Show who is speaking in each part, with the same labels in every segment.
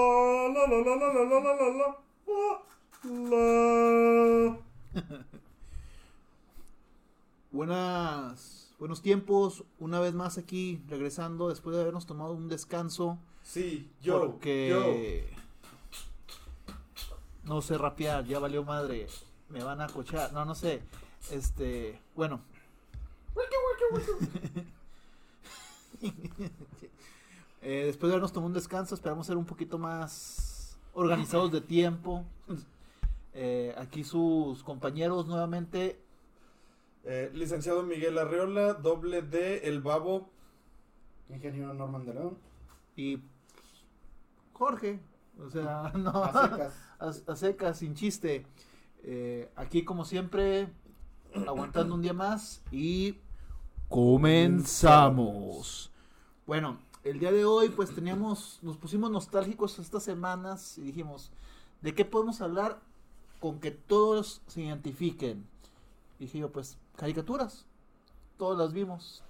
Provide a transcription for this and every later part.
Speaker 1: la la la la la la la la la la la.
Speaker 2: Buenas, buenos tiempos, una vez más aquí, regresando después de habernos tomado un descanso.
Speaker 1: Sí, yo,
Speaker 2: porque no sé rapear, ya valió madre, me van a cochar, no, no sé, este, bueno. Eh, después de habernos tomado un descanso, esperamos ser un poquito más organizados de tiempo. Eh, aquí sus compañeros nuevamente,
Speaker 1: yo. Eh, licenciado Miguel Arreola, doble D, el babo.
Speaker 3: Ingeniero Norman de León.
Speaker 2: y Jorge. O sea, no.
Speaker 3: A secas.
Speaker 2: a, a secas, sin chiste. Eh, aquí, como siempre, aguantando un día más y comenzamos. Bueno, el día de hoy, pues teníamos, nos pusimos nostálgicos estas semanas y dijimos, ¿de qué podemos hablar con que todos se identifiquen? Dije yo, pues, caricaturas. Todas las vimos.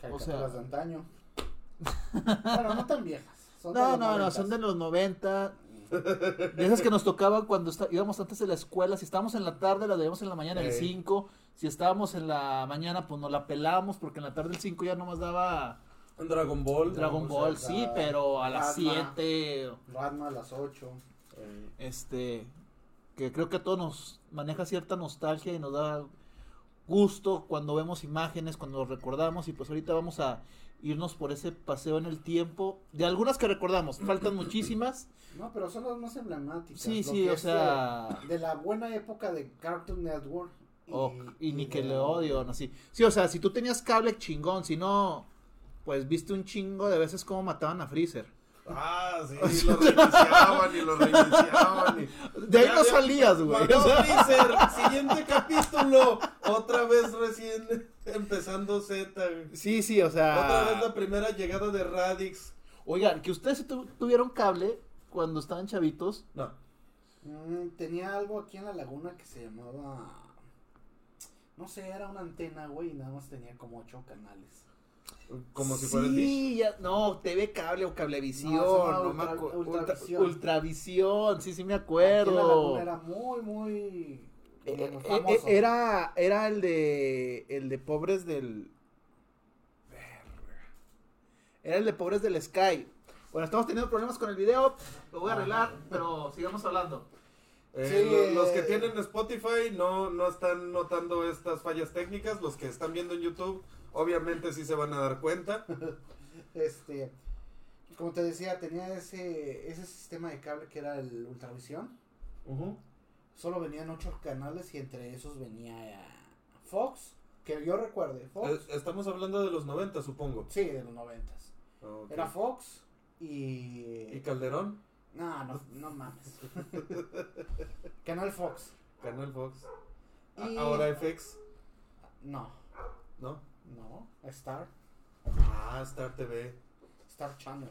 Speaker 3: Caricaturas
Speaker 2: sea-
Speaker 3: de antaño. bueno, no tan viejas. Son de
Speaker 2: No,
Speaker 3: los
Speaker 2: no, no,
Speaker 3: noventas.
Speaker 2: son de los 90. De esas que nos tocaban cuando está- íbamos antes de la escuela. Si estábamos en la tarde, la veíamos en la mañana el
Speaker 1: Ey.
Speaker 2: 5. Si estábamos en la mañana, pues nos la pelábamos porque en la tarde el 5 ya nomás daba
Speaker 1: Dragon Ball.
Speaker 2: Dragon
Speaker 3: Ball
Speaker 2: Ball,
Speaker 3: Z,
Speaker 2: sí, pero a las
Speaker 3: Batman.
Speaker 2: 7.
Speaker 3: Ratma a las 8.
Speaker 1: Eh,
Speaker 2: Este, que creo que a todos nos maneja cierta nostalgia y nos da gusto cuando vemos imágenes, cuando los recordamos. Y pues ahorita vamos a irnos por ese paseo en el tiempo. De algunas que recordamos, faltan muchísimas.
Speaker 3: No, pero son las más emblemáticas.
Speaker 2: Sí,
Speaker 3: lo
Speaker 2: sí,
Speaker 3: que
Speaker 2: o
Speaker 3: es de-
Speaker 2: sea.
Speaker 3: De, la buena época de Cartoon Network.
Speaker 2: o- y,
Speaker 3: ni que le
Speaker 2: Nickelodeon, así. Sí, o sea, si tú tenías cable chingón, si no, pues viste un chingo de veces cómo mataban a Freezer.
Speaker 1: Ah, sí, lo reiniciaban y lo reiniciaban. Y...
Speaker 2: De ahí
Speaker 1: Ya,
Speaker 2: no
Speaker 1: ya.
Speaker 2: salías, güey.
Speaker 1: Mató
Speaker 2: o sea,
Speaker 1: a Freezer, siguiente capítulo. Otra vez recién empezando Z. güey.
Speaker 2: sí, sí, o
Speaker 1: Otra vez
Speaker 2: sea.
Speaker 1: la primera llegada de Radix.
Speaker 2: Oigan, que ustedes sí tu- tuvieron cable cuando estaban chavitos.
Speaker 1: No.
Speaker 3: Mm, tenía algo aquí en la laguna que se llamaba. No sé, era una antena, güey, y nada más tenía como ocho canales.
Speaker 1: Como si fuera el Dish.
Speaker 2: Sí, ya, no, TV Cable o Cablevisión,
Speaker 3: No, se llamaba
Speaker 2: oh, no me
Speaker 3: Ultra-
Speaker 2: acu- Ultra-
Speaker 3: Ultravisión.
Speaker 2: Ultravisión. sí, sí me
Speaker 3: Aquí en la
Speaker 2: acuerdo.
Speaker 3: laguna era muy, muy.
Speaker 2: Eh,
Speaker 3: muy
Speaker 2: eh,
Speaker 3: famoso.
Speaker 2: eh, era, era el de el de pobres del era el de pobres del Sky. Bueno, estamos teniendo problemas con el video, lo voy a arreglar, pero sigamos hablando.
Speaker 1: Eh,
Speaker 3: Sí,
Speaker 1: lo- los que
Speaker 3: eh.
Speaker 1: tienen Spotify no, no están notando estas fallas técnicas. Los que están viendo en YouTube, obviamente sí se van a dar cuenta.
Speaker 3: Este, como te decía, tenía ese, ese sistema de cable que era el Ultravisión. Solo venían ocho canales y entre esos venía eh, Fox, que yo recuerde, Fox.
Speaker 1: Eh, Estamos hablando de los 90, supongo.
Speaker 3: Sí, de los noventas.
Speaker 1: Ah, ok.
Speaker 3: Era Fox y...
Speaker 1: ¿Y Calderón?
Speaker 3: No, no, no mames. Canal Fox.
Speaker 1: Canal Fox. A-
Speaker 3: Y-
Speaker 1: Ahora FX,
Speaker 3: No,
Speaker 1: ¿no?
Speaker 3: no. Star.
Speaker 1: Ah, Star TV.
Speaker 3: Star Channel.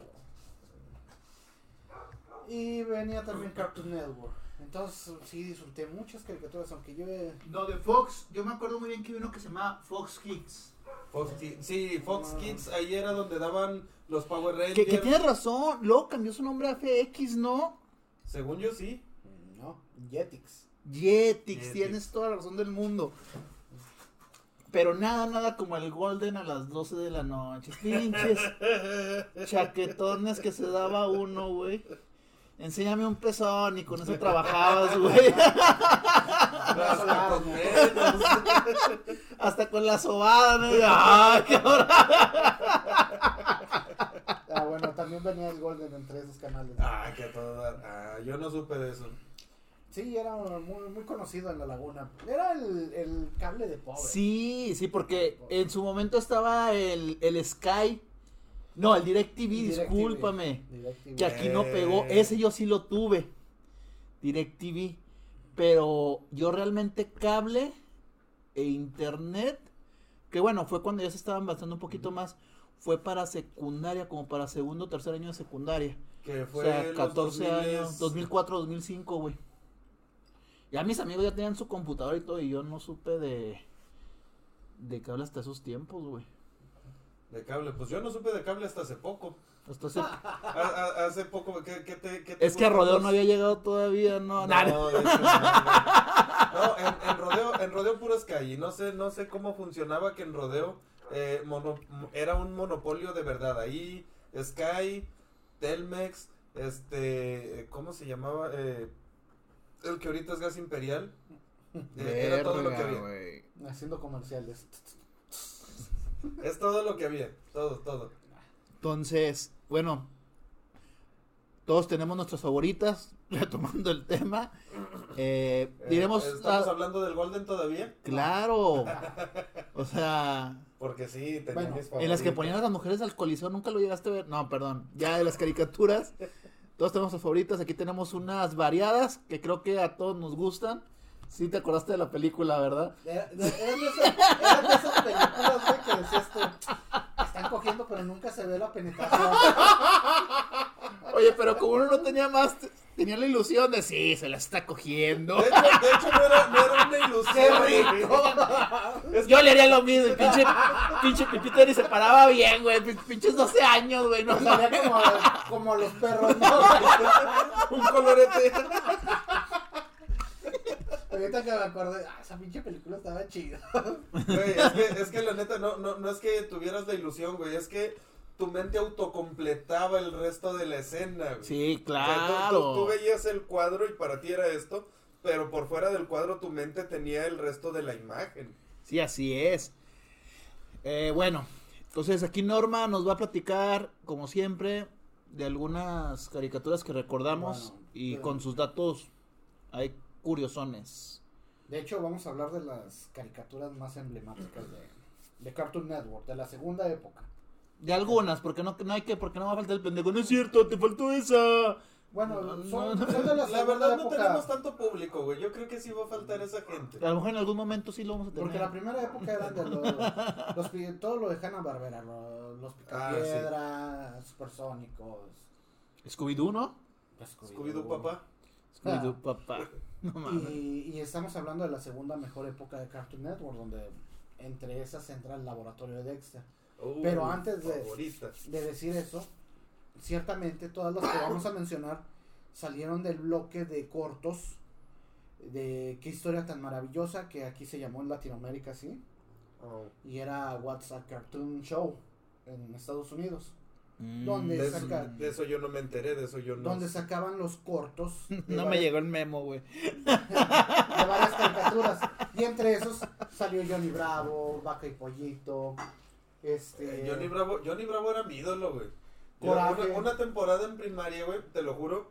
Speaker 3: Y venía también Cartoon Network. Entonces sí disfruté muchas caricaturas, aunque yo... eh,
Speaker 2: Lo de Fox, yo me acuerdo muy bien que vino que se llama Fox Kids.
Speaker 1: Fox Ki- sí, Fox
Speaker 3: Ah.
Speaker 1: Kids, ahí era donde daban los Power Rangers.
Speaker 2: Que, que tienes razón, luego cambió su nombre a FX, ¿no?
Speaker 1: Según yo, sí.
Speaker 3: mm, No, Jetix.
Speaker 2: Jetix,
Speaker 1: Jetix.
Speaker 2: tienes toda la razón del mundo. Pero nada, nada como el Golden a las 12 de la noche. Pinches chaquetones que se daba uno, güey. Enséñame un pezón y con eso trabajabas, güey.
Speaker 3: Ah,
Speaker 1: Hasta con menos.
Speaker 2: Hasta con la sobada, ¿no? Ah, cabrón.
Speaker 3: Ah, bueno, también venía el Golden entre esos canales.
Speaker 1: Ah, que a todo dar. Ah, yo no supe de eso.
Speaker 3: Sí, era muy, muy conocido en la laguna. Era el, el cable de pobre.
Speaker 2: Sí, sí, porque en su momento estaba el, el Sky. No, el DirecTV,
Speaker 3: DirecTV.
Speaker 2: discúlpame.
Speaker 3: DirecTV.
Speaker 2: que aquí no pegó.
Speaker 1: Eh.
Speaker 2: Ese yo sí lo tuve. DirecTV. Pero yo realmente cable e internet. Que bueno, fue cuando ya se estaba avanzando un poquito más. Fue para secundaria, como para segundo o tercer año de secundaria.
Speaker 1: Que
Speaker 2: O
Speaker 1: fue
Speaker 2: sea,
Speaker 1: los
Speaker 2: 14
Speaker 1: 2000s.
Speaker 2: años, 2004, 2005, güey. Ya mis amigos ya tenían su computadora y todo. Y yo no supe de. de qué habla hasta esos tiempos, güey.
Speaker 1: De cable, pues yo no supe de cable hasta hace poco.
Speaker 2: Hasta hace-
Speaker 1: A- a- hace poco, ¿qué, qué te, qué te
Speaker 2: Es que
Speaker 1: gusta
Speaker 2: Rodeo
Speaker 1: más?
Speaker 2: no había llegado todavía, no.
Speaker 1: pues, No,
Speaker 2: nada.
Speaker 1: de hecho, no, no. No, en, en rodeo, en rodeo puras calles. No sé, no sé cómo funcionaba que en rodeo eh, mono- era un monopolio de verdad. Ahí Sky, Telmex, este, ¿cómo se llamaba? Eh, el que ahorita es Gas Imperial. Eh, era todo lo que
Speaker 4: Verga,
Speaker 1: había.
Speaker 4: güey.
Speaker 3: Haciendo comerciales.
Speaker 1: Es todo lo que había. Todo, todo.
Speaker 2: Entonces, bueno, todos tenemos nuestras favoritas, retomando el tema. Eh,
Speaker 1: Eh,
Speaker 2: diremos,
Speaker 1: ¿Estamos
Speaker 2: ah,
Speaker 1: hablando del Golden todavía?
Speaker 2: claro, o sea,
Speaker 1: Porque sí, tenía
Speaker 3: Bueno,
Speaker 1: mis
Speaker 2: en las que
Speaker 1: favoritas.
Speaker 2: ponían a las mujeres al coliseo, nunca lo llegaste a ver, no, perdón, ya de las caricaturas, todos tenemos nuestras favoritas, aquí tenemos unas variadas que creo que a todos nos gustan. Sí, te acordaste de la película, ¿verdad?
Speaker 3: Era- Eran de esas, eran de esas películas, güey, que decías tú. Están cogiendo, pero nunca se ve la penetración.
Speaker 2: Oye, pero como uno no tenía más, tenía la ilusión de, sí, se la está cogiendo.
Speaker 1: De hecho, de hecho no, era, no era una ilusión.
Speaker 3: ¡Qué rico!
Speaker 2: Yo le haría lo mismo, el pinche, pinche Pipita ni se paraba bien, güey, pin- pinches 12 años, güey, no mames.
Speaker 3: Salía como, como los perros, ¿no?
Speaker 1: Un colorete.
Speaker 3: Ahorita que me acordé, ah, esa pinche película estaba chida.
Speaker 1: Güey, es que, es que la neta, no, no, no es que tuvieras la ilusión, güey, es que tu mente autocompletaba el resto de la escena, güey.
Speaker 2: Sí,
Speaker 1: O sea, tú- tú-
Speaker 2: claro.
Speaker 1: Tú, veías el cuadro y para ti era esto, pero por fuera del cuadro tu mente tenía el resto de la imagen.
Speaker 2: Sí, así es. Eh, bueno, entonces aquí Norma nos va a platicar, como siempre, de algunas caricaturas que recordamos
Speaker 3: Bueno,
Speaker 2: y
Speaker 3: pero-
Speaker 2: con sus datos hay curiosones.
Speaker 3: De hecho, vamos a hablar de las caricaturas más emblemáticas de, de Cartoon Network, de la segunda época.
Speaker 2: De algunas, porque no, no hay que, porque no va a faltar el pendejo. No es cierto, te faltó esa.
Speaker 3: Bueno,
Speaker 2: No,
Speaker 3: son,
Speaker 2: no, no.
Speaker 3: son de la
Speaker 1: La
Speaker 3: segunda
Speaker 1: verdad no
Speaker 3: época. Mm.
Speaker 1: tenemos tanto público, güey. Yo creo que sí va a faltar esa gente.
Speaker 2: A lo mejor en algún momento sí lo vamos a tener.
Speaker 3: Porque la primera época eran de los, los pi- todo lo de Hanna Barbera, los, los
Speaker 1: Ah,
Speaker 3: picapiedra, supersónicos,
Speaker 2: Scooby-Doo, ¿no?
Speaker 1: Scooby-Doo, papá.
Speaker 2: Scooby-Doo, papá. No mames.
Speaker 3: Ah. Y, y estamos hablando de la segunda mejor época de Cartoon Network, donde entre esas entra el laboratorio de Dexter.
Speaker 1: Uh,
Speaker 3: Pero antes de-
Speaker 1: favorita.
Speaker 3: De decir eso, ciertamente todas las que vamos a mencionar salieron del bloque de cortos de qué historia tan maravillosa que aquí se llamó en Latinoamérica, ¿sí?
Speaker 1: Oh.
Speaker 3: Y era What's a Cartoon Show en Estados Unidos. ¿Dónde
Speaker 1: De,
Speaker 3: es
Speaker 2: Mm.
Speaker 1: eso,
Speaker 3: saca-
Speaker 1: de eso yo no me enteré, de eso yo no.
Speaker 3: donde sacaban los cortos de,
Speaker 2: No me
Speaker 3: varias,
Speaker 2: llegó el memo, güey.
Speaker 3: de varias caricaturas. Y entre esos salió Johnny Bravo, Vaca y Pollito, este...
Speaker 1: Eh, Johnny Bravo, Johnny Bravo era mi ídolo, güey. Yo
Speaker 3: Coraje.
Speaker 1: Una, una temporada en primaria, güey, te lo juro,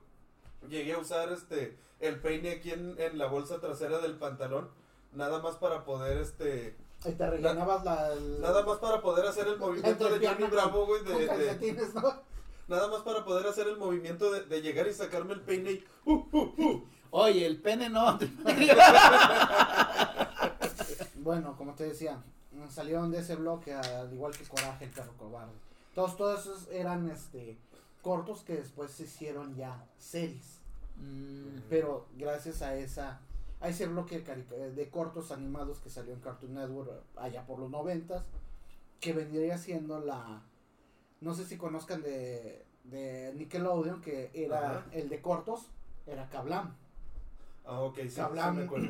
Speaker 1: llegué a usar este el peine aquí en, en la bolsa trasera del pantalón, nada más para poder este
Speaker 3: y eh, te rellenabas la... el-
Speaker 1: nada más para poder hacer el movimiento de
Speaker 3: entrepierna
Speaker 1: Johnny
Speaker 3: con-
Speaker 1: Bravo, güey,
Speaker 3: con
Speaker 1: de, de-
Speaker 3: calcetines, ¿no?
Speaker 1: nada más para poder hacer el movimiento de, de llegar y sacarme el peine y uh, uh, uh.
Speaker 2: Oye, el pene no.
Speaker 3: Bueno, como te decía, mm, salieron de ese bloque al igual que Coraje, el perro cobarde. Todos, todos esos eran este cortos que después se hicieron ya series.
Speaker 2: Mm,
Speaker 3: Pero gracias a esa a ese bloque de, carica- de cortos animados que salió en Cartoon Network eh, allá por los noventas, que vendría siendo la no sé si conozcan de, de Nickelodeon que era
Speaker 1: Ajá.
Speaker 3: el de cortos, era Kablam.
Speaker 1: Ah, ok, sí, sí
Speaker 3: Hablamos.
Speaker 1: me acuerdo.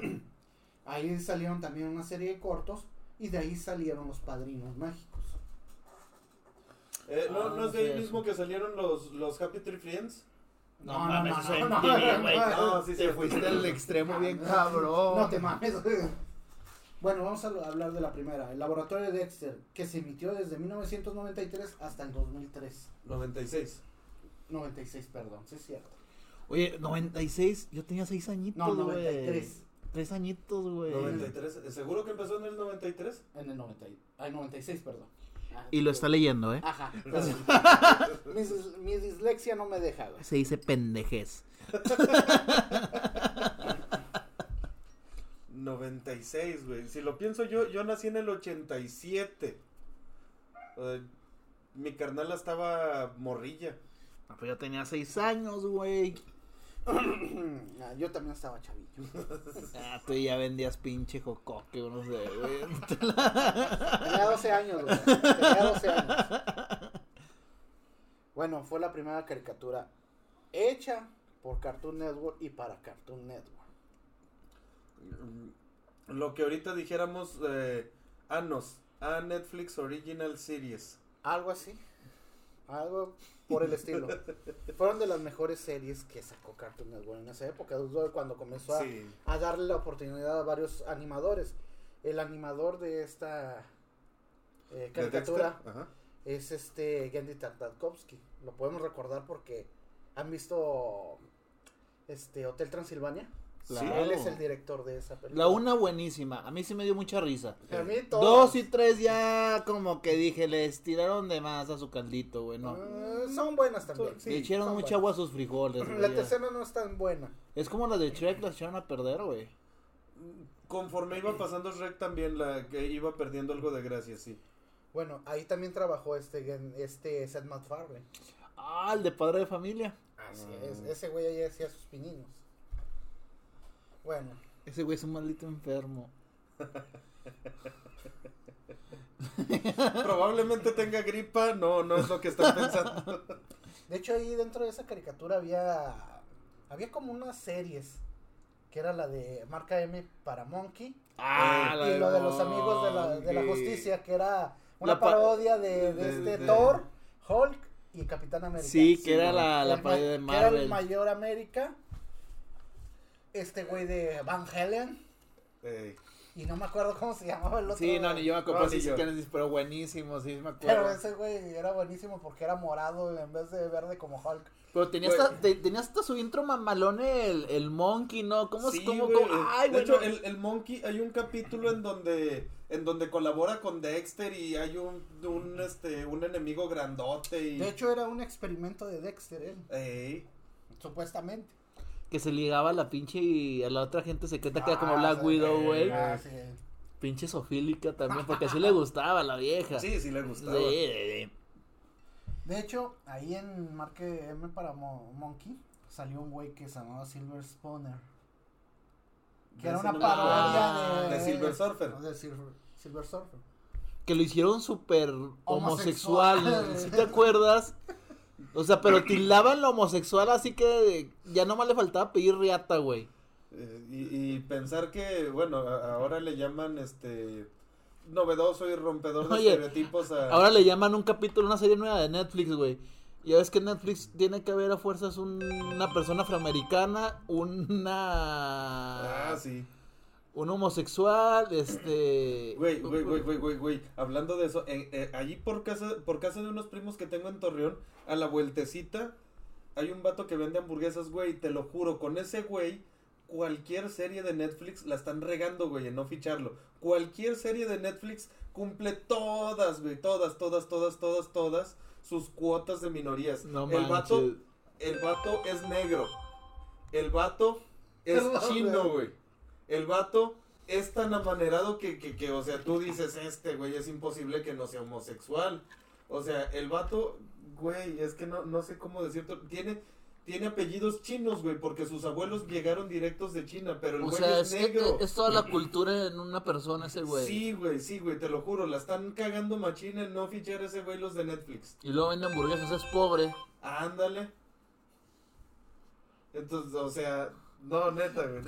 Speaker 3: Ahí salieron también una serie de cortos y de ahí salieron los padrinos mágicos.
Speaker 1: Eh, no,
Speaker 2: Ah,
Speaker 1: no es de
Speaker 2: sí,
Speaker 1: ahí
Speaker 2: sí.
Speaker 1: mismo que salieron los, los Happy Tree Friends.
Speaker 2: No mames, eso es MTV, güey.
Speaker 1: No, sí,
Speaker 2: Te
Speaker 1: sí,
Speaker 2: fuiste al extremo bien cabrón.
Speaker 3: Ah, No te mames. Bueno, vamos a hablar de la primera, el laboratorio de Dexter, que se emitió desde 1993 hasta el 2003.
Speaker 1: 96.
Speaker 3: 96, perdón, sí es cierto.
Speaker 2: Oye, 96, yo tenía 6 añitos,
Speaker 3: No,
Speaker 2: güey.
Speaker 3: 93.
Speaker 2: 3 añitos, güey.
Speaker 1: 93. ¿Seguro que empezó en el 93?
Speaker 3: En el 90, y- ah, 96, perdón. Ah,
Speaker 2: Y lo está leyendo, ¿eh?
Speaker 3: Ajá. perdón. Mis- mi dislexia no me deja. güey.
Speaker 2: Se dice pendejez.
Speaker 1: 96, güey. Si lo pienso yo, yo nací en el 87. Eh, mi carnal estaba morrilla.
Speaker 2: No, pues yo tenía 6 años, güey.
Speaker 3: Ah, Yo también estaba chavillo.
Speaker 2: Ah, tú ya vendías pinche jocoque, no sé, güey.
Speaker 3: Tenía 12 años, güey. Tenía 12 años. Bueno, fue la primera caricatura hecha por Cartoon Network y para Cartoon Network.
Speaker 1: Lo que ahorita dijéramos, eh, Anos, a Netflix Original Series.
Speaker 3: Algo así. Algo por el estilo. Fueron de las mejores series que sacó Cartoon Network en esa época, cuando comenzó a,
Speaker 1: Sí.
Speaker 3: a darle la oportunidad a varios animadores. El animador de esta eh,
Speaker 1: ¿De
Speaker 3: caricatura
Speaker 1: Dexter? Ajá.
Speaker 3: es este Gendy Tartakovsky. Lo podemos recordar porque han visto este Hotel Transilvania.
Speaker 2: Claro.
Speaker 3: Él es el director de esa película.
Speaker 2: Oh. La una buenísima, a mí sí me dio mucha risa.
Speaker 3: A mí todas.
Speaker 2: Dos y tres ya como que dije, les tiraron de más a su caldito, güey, no.
Speaker 3: Eh, son buenas también.
Speaker 1: Sí,
Speaker 2: Le echaron
Speaker 3: son
Speaker 2: mucha agua
Speaker 3: buenas.
Speaker 2: a sus frijoles, güey,
Speaker 3: La
Speaker 2: ya.
Speaker 3: tercera no es tan buena.
Speaker 2: Es como la de Shrek, las echaron a perder, güey.
Speaker 1: Conforme iba pasando Shrek también la que iba perdiendo algo de gracia, sí.
Speaker 3: Bueno, ahí también trabajó este, Gen- este Seth MacFarlane.
Speaker 2: Ah, el de padre de familia.
Speaker 3: Así es, ese güey ahí hacía sus pininos. Bueno,
Speaker 2: Ese güey es un maldito enfermo.
Speaker 1: Probablemente tenga gripa, no, no es lo que está pensando.
Speaker 3: de hecho ahí dentro de esa caricatura había había como unas series que era la de marca M para Monkey
Speaker 1: Eh,
Speaker 2: Ah, la
Speaker 3: y lo de los amigos de la, de la
Speaker 2: Monkey.
Speaker 3: justicia que era una
Speaker 2: La pa-
Speaker 3: parodia de, de
Speaker 1: de-
Speaker 3: este
Speaker 1: de-
Speaker 3: Thor, Hulk y Capitán América.
Speaker 2: Sí, que era
Speaker 1: güey.
Speaker 2: la, la
Speaker 3: El ma-
Speaker 2: parodia de
Speaker 3: que era el
Speaker 2: Marvel.
Speaker 3: mayor América. Este güey de Van Helen
Speaker 1: Ey.
Speaker 3: y no me acuerdo cómo se llamaba el otro.
Speaker 2: Sí, no, ni yo me acuerdo
Speaker 1: No,
Speaker 2: sí,
Speaker 1: ni
Speaker 2: sí,
Speaker 1: yo.
Speaker 2: quiénes dicen, pero buenísimo, sí, me acuerdo.
Speaker 3: Pero ese güey era buenísimo porque era morado en vez de verde como Hulk.
Speaker 2: Pero tenía
Speaker 1: Güey.
Speaker 2: hasta, te- tenía hasta su intro mamalón el, el monkey, ¿no? ¿Cómo es?
Speaker 1: Sí,
Speaker 2: ¿Cómo?
Speaker 1: güey.
Speaker 2: cómo? Ay,
Speaker 1: de
Speaker 2: güey.
Speaker 1: hecho,
Speaker 2: no.
Speaker 1: el, el Monkey, hay un capítulo en donde en donde colabora con Dexter y hay un, un, este, un enemigo grandote y...
Speaker 3: De hecho, era un experimento de Dexter, ¿eh? él,
Speaker 1: Ey.
Speaker 3: supuestamente.
Speaker 2: Que se ligaba a la pinche y a la otra gente secreta que era como
Speaker 3: Ah,
Speaker 2: Black
Speaker 3: sí,
Speaker 2: Widow, güey.
Speaker 3: ah, sí.
Speaker 2: Pinche sofílica también, porque así le gustaba a la vieja.
Speaker 1: Sí, sí le gustaba.
Speaker 2: Sí.
Speaker 3: De hecho, ahí en Marque M para Mo- Monkey salió un güey que se llamaba Silver Spawner. Que era
Speaker 1: Ese
Speaker 3: una
Speaker 1: no me acuerdo.
Speaker 3: parodia de...
Speaker 1: De Silver Surfer.
Speaker 3: De Silver, Silver Surfer.
Speaker 2: Que lo hicieron súper
Speaker 3: Homosexual.
Speaker 2: homosexual. ¿Sí te acuerdas? O sea, pero tildaban lo homosexual, así que ya nomás le faltaba pedir riata, güey.
Speaker 1: Eh, y, y pensar que, bueno, a- ahora le llaman este novedoso y rompedor de
Speaker 2: Oye,
Speaker 1: estereotipos a...
Speaker 2: Ahora le llaman un capítulo, una serie nueva de Netflix, güey. Ya ves que en Netflix tiene que haber a fuerzas un- una persona afroamericana, una.
Speaker 1: Ah, sí.
Speaker 2: Un homosexual, este.
Speaker 1: Güey, güey, güey, güey, güey, güey. Hablando de eso, eh, eh, allí por casa, por casa de unos primos que tengo en Torreón, a la vueltecita, hay un vato que vende hamburguesas, güey. Te lo juro, con ese güey, cualquier serie de Netflix la están regando, güey, en no ficharlo. Cualquier serie de Netflix cumple todas, güey, todas, todas, todas, todas, todas sus cuotas de minorías.
Speaker 2: No
Speaker 1: el vato,
Speaker 2: manches.
Speaker 1: el vato es negro. El vato es
Speaker 3: Perdón,
Speaker 1: chino,
Speaker 3: güey.
Speaker 1: güey. El vato es tan amanerado que, que, que, o sea, tú dices, este güey es imposible que no sea homosexual. O sea, el vato, güey, es que no, no sé cómo decirlo. Tiene, tiene apellidos chinos, güey, porque sus abuelos llegaron directos de China, pero el
Speaker 2: O
Speaker 1: güey
Speaker 2: sea,
Speaker 1: es,
Speaker 2: es,
Speaker 1: negro.
Speaker 2: es- es toda la cultura en una persona ese güey.
Speaker 1: Sí, güey, sí, güey, te lo juro, la están cagando machina en no fichar a ese güey los de Netflix.
Speaker 2: Y luego vende hamburguesas, es pobre.
Speaker 1: Ándale. Entonces, o sea, no, neta, güey.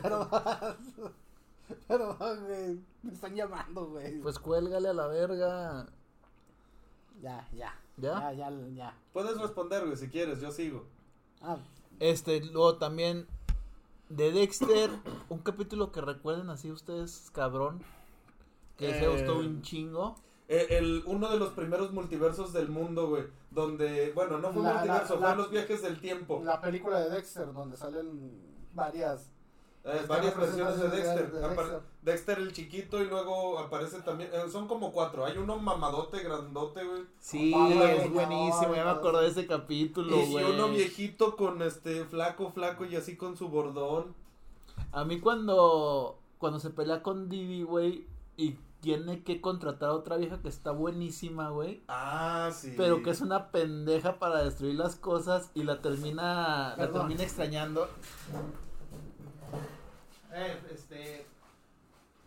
Speaker 3: Pero, güey, me están llamando, güey.
Speaker 2: Pues cuélgale a la verga.
Speaker 3: ya, ya.
Speaker 2: ¿Ya?
Speaker 3: Ya, ya, ya.
Speaker 1: Puedes responder, güey, si quieres, yo sigo.
Speaker 3: Ah,
Speaker 2: Este, luego también de Dexter, un capítulo que recuerden así ustedes, cabrón, que se
Speaker 1: Eh.
Speaker 2: gustó un chingo.
Speaker 1: Eh, el, uno de los primeros multiversos del mundo, güey. Donde, bueno, no fue un
Speaker 3: La- la-
Speaker 1: multiverso, fue
Speaker 3: la-
Speaker 1: los viajes del tiempo.
Speaker 3: la película de Dexter, donde salen varias.
Speaker 1: Eh, varias
Speaker 3: Estamos
Speaker 1: versiones de
Speaker 3: presentando
Speaker 1: Dexter.
Speaker 3: de Dexter.
Speaker 1: Apare- Dexter el chiquito y luego aparece también. eh, son como cuatro. Hay uno mamadote, grandote, güey.
Speaker 2: Sí,
Speaker 3: Ah, güey,
Speaker 2: es
Speaker 3: no,
Speaker 2: buenísimo, ya me
Speaker 3: no.
Speaker 2: acuerdo de ese capítulo,
Speaker 1: Y, y
Speaker 2: güey.
Speaker 1: uno viejito con este flaco, flaco y así con su bordón.
Speaker 2: A mí cuando cuando se pelea con Didi, güey, y tiene que contratar a otra vieja que está buenísima, güey.
Speaker 1: Ah, sí.
Speaker 2: Pero que es una pendeja para destruir las cosas y la termina, la
Speaker 3: Perdón.
Speaker 2: termina extrañando. Eh, este,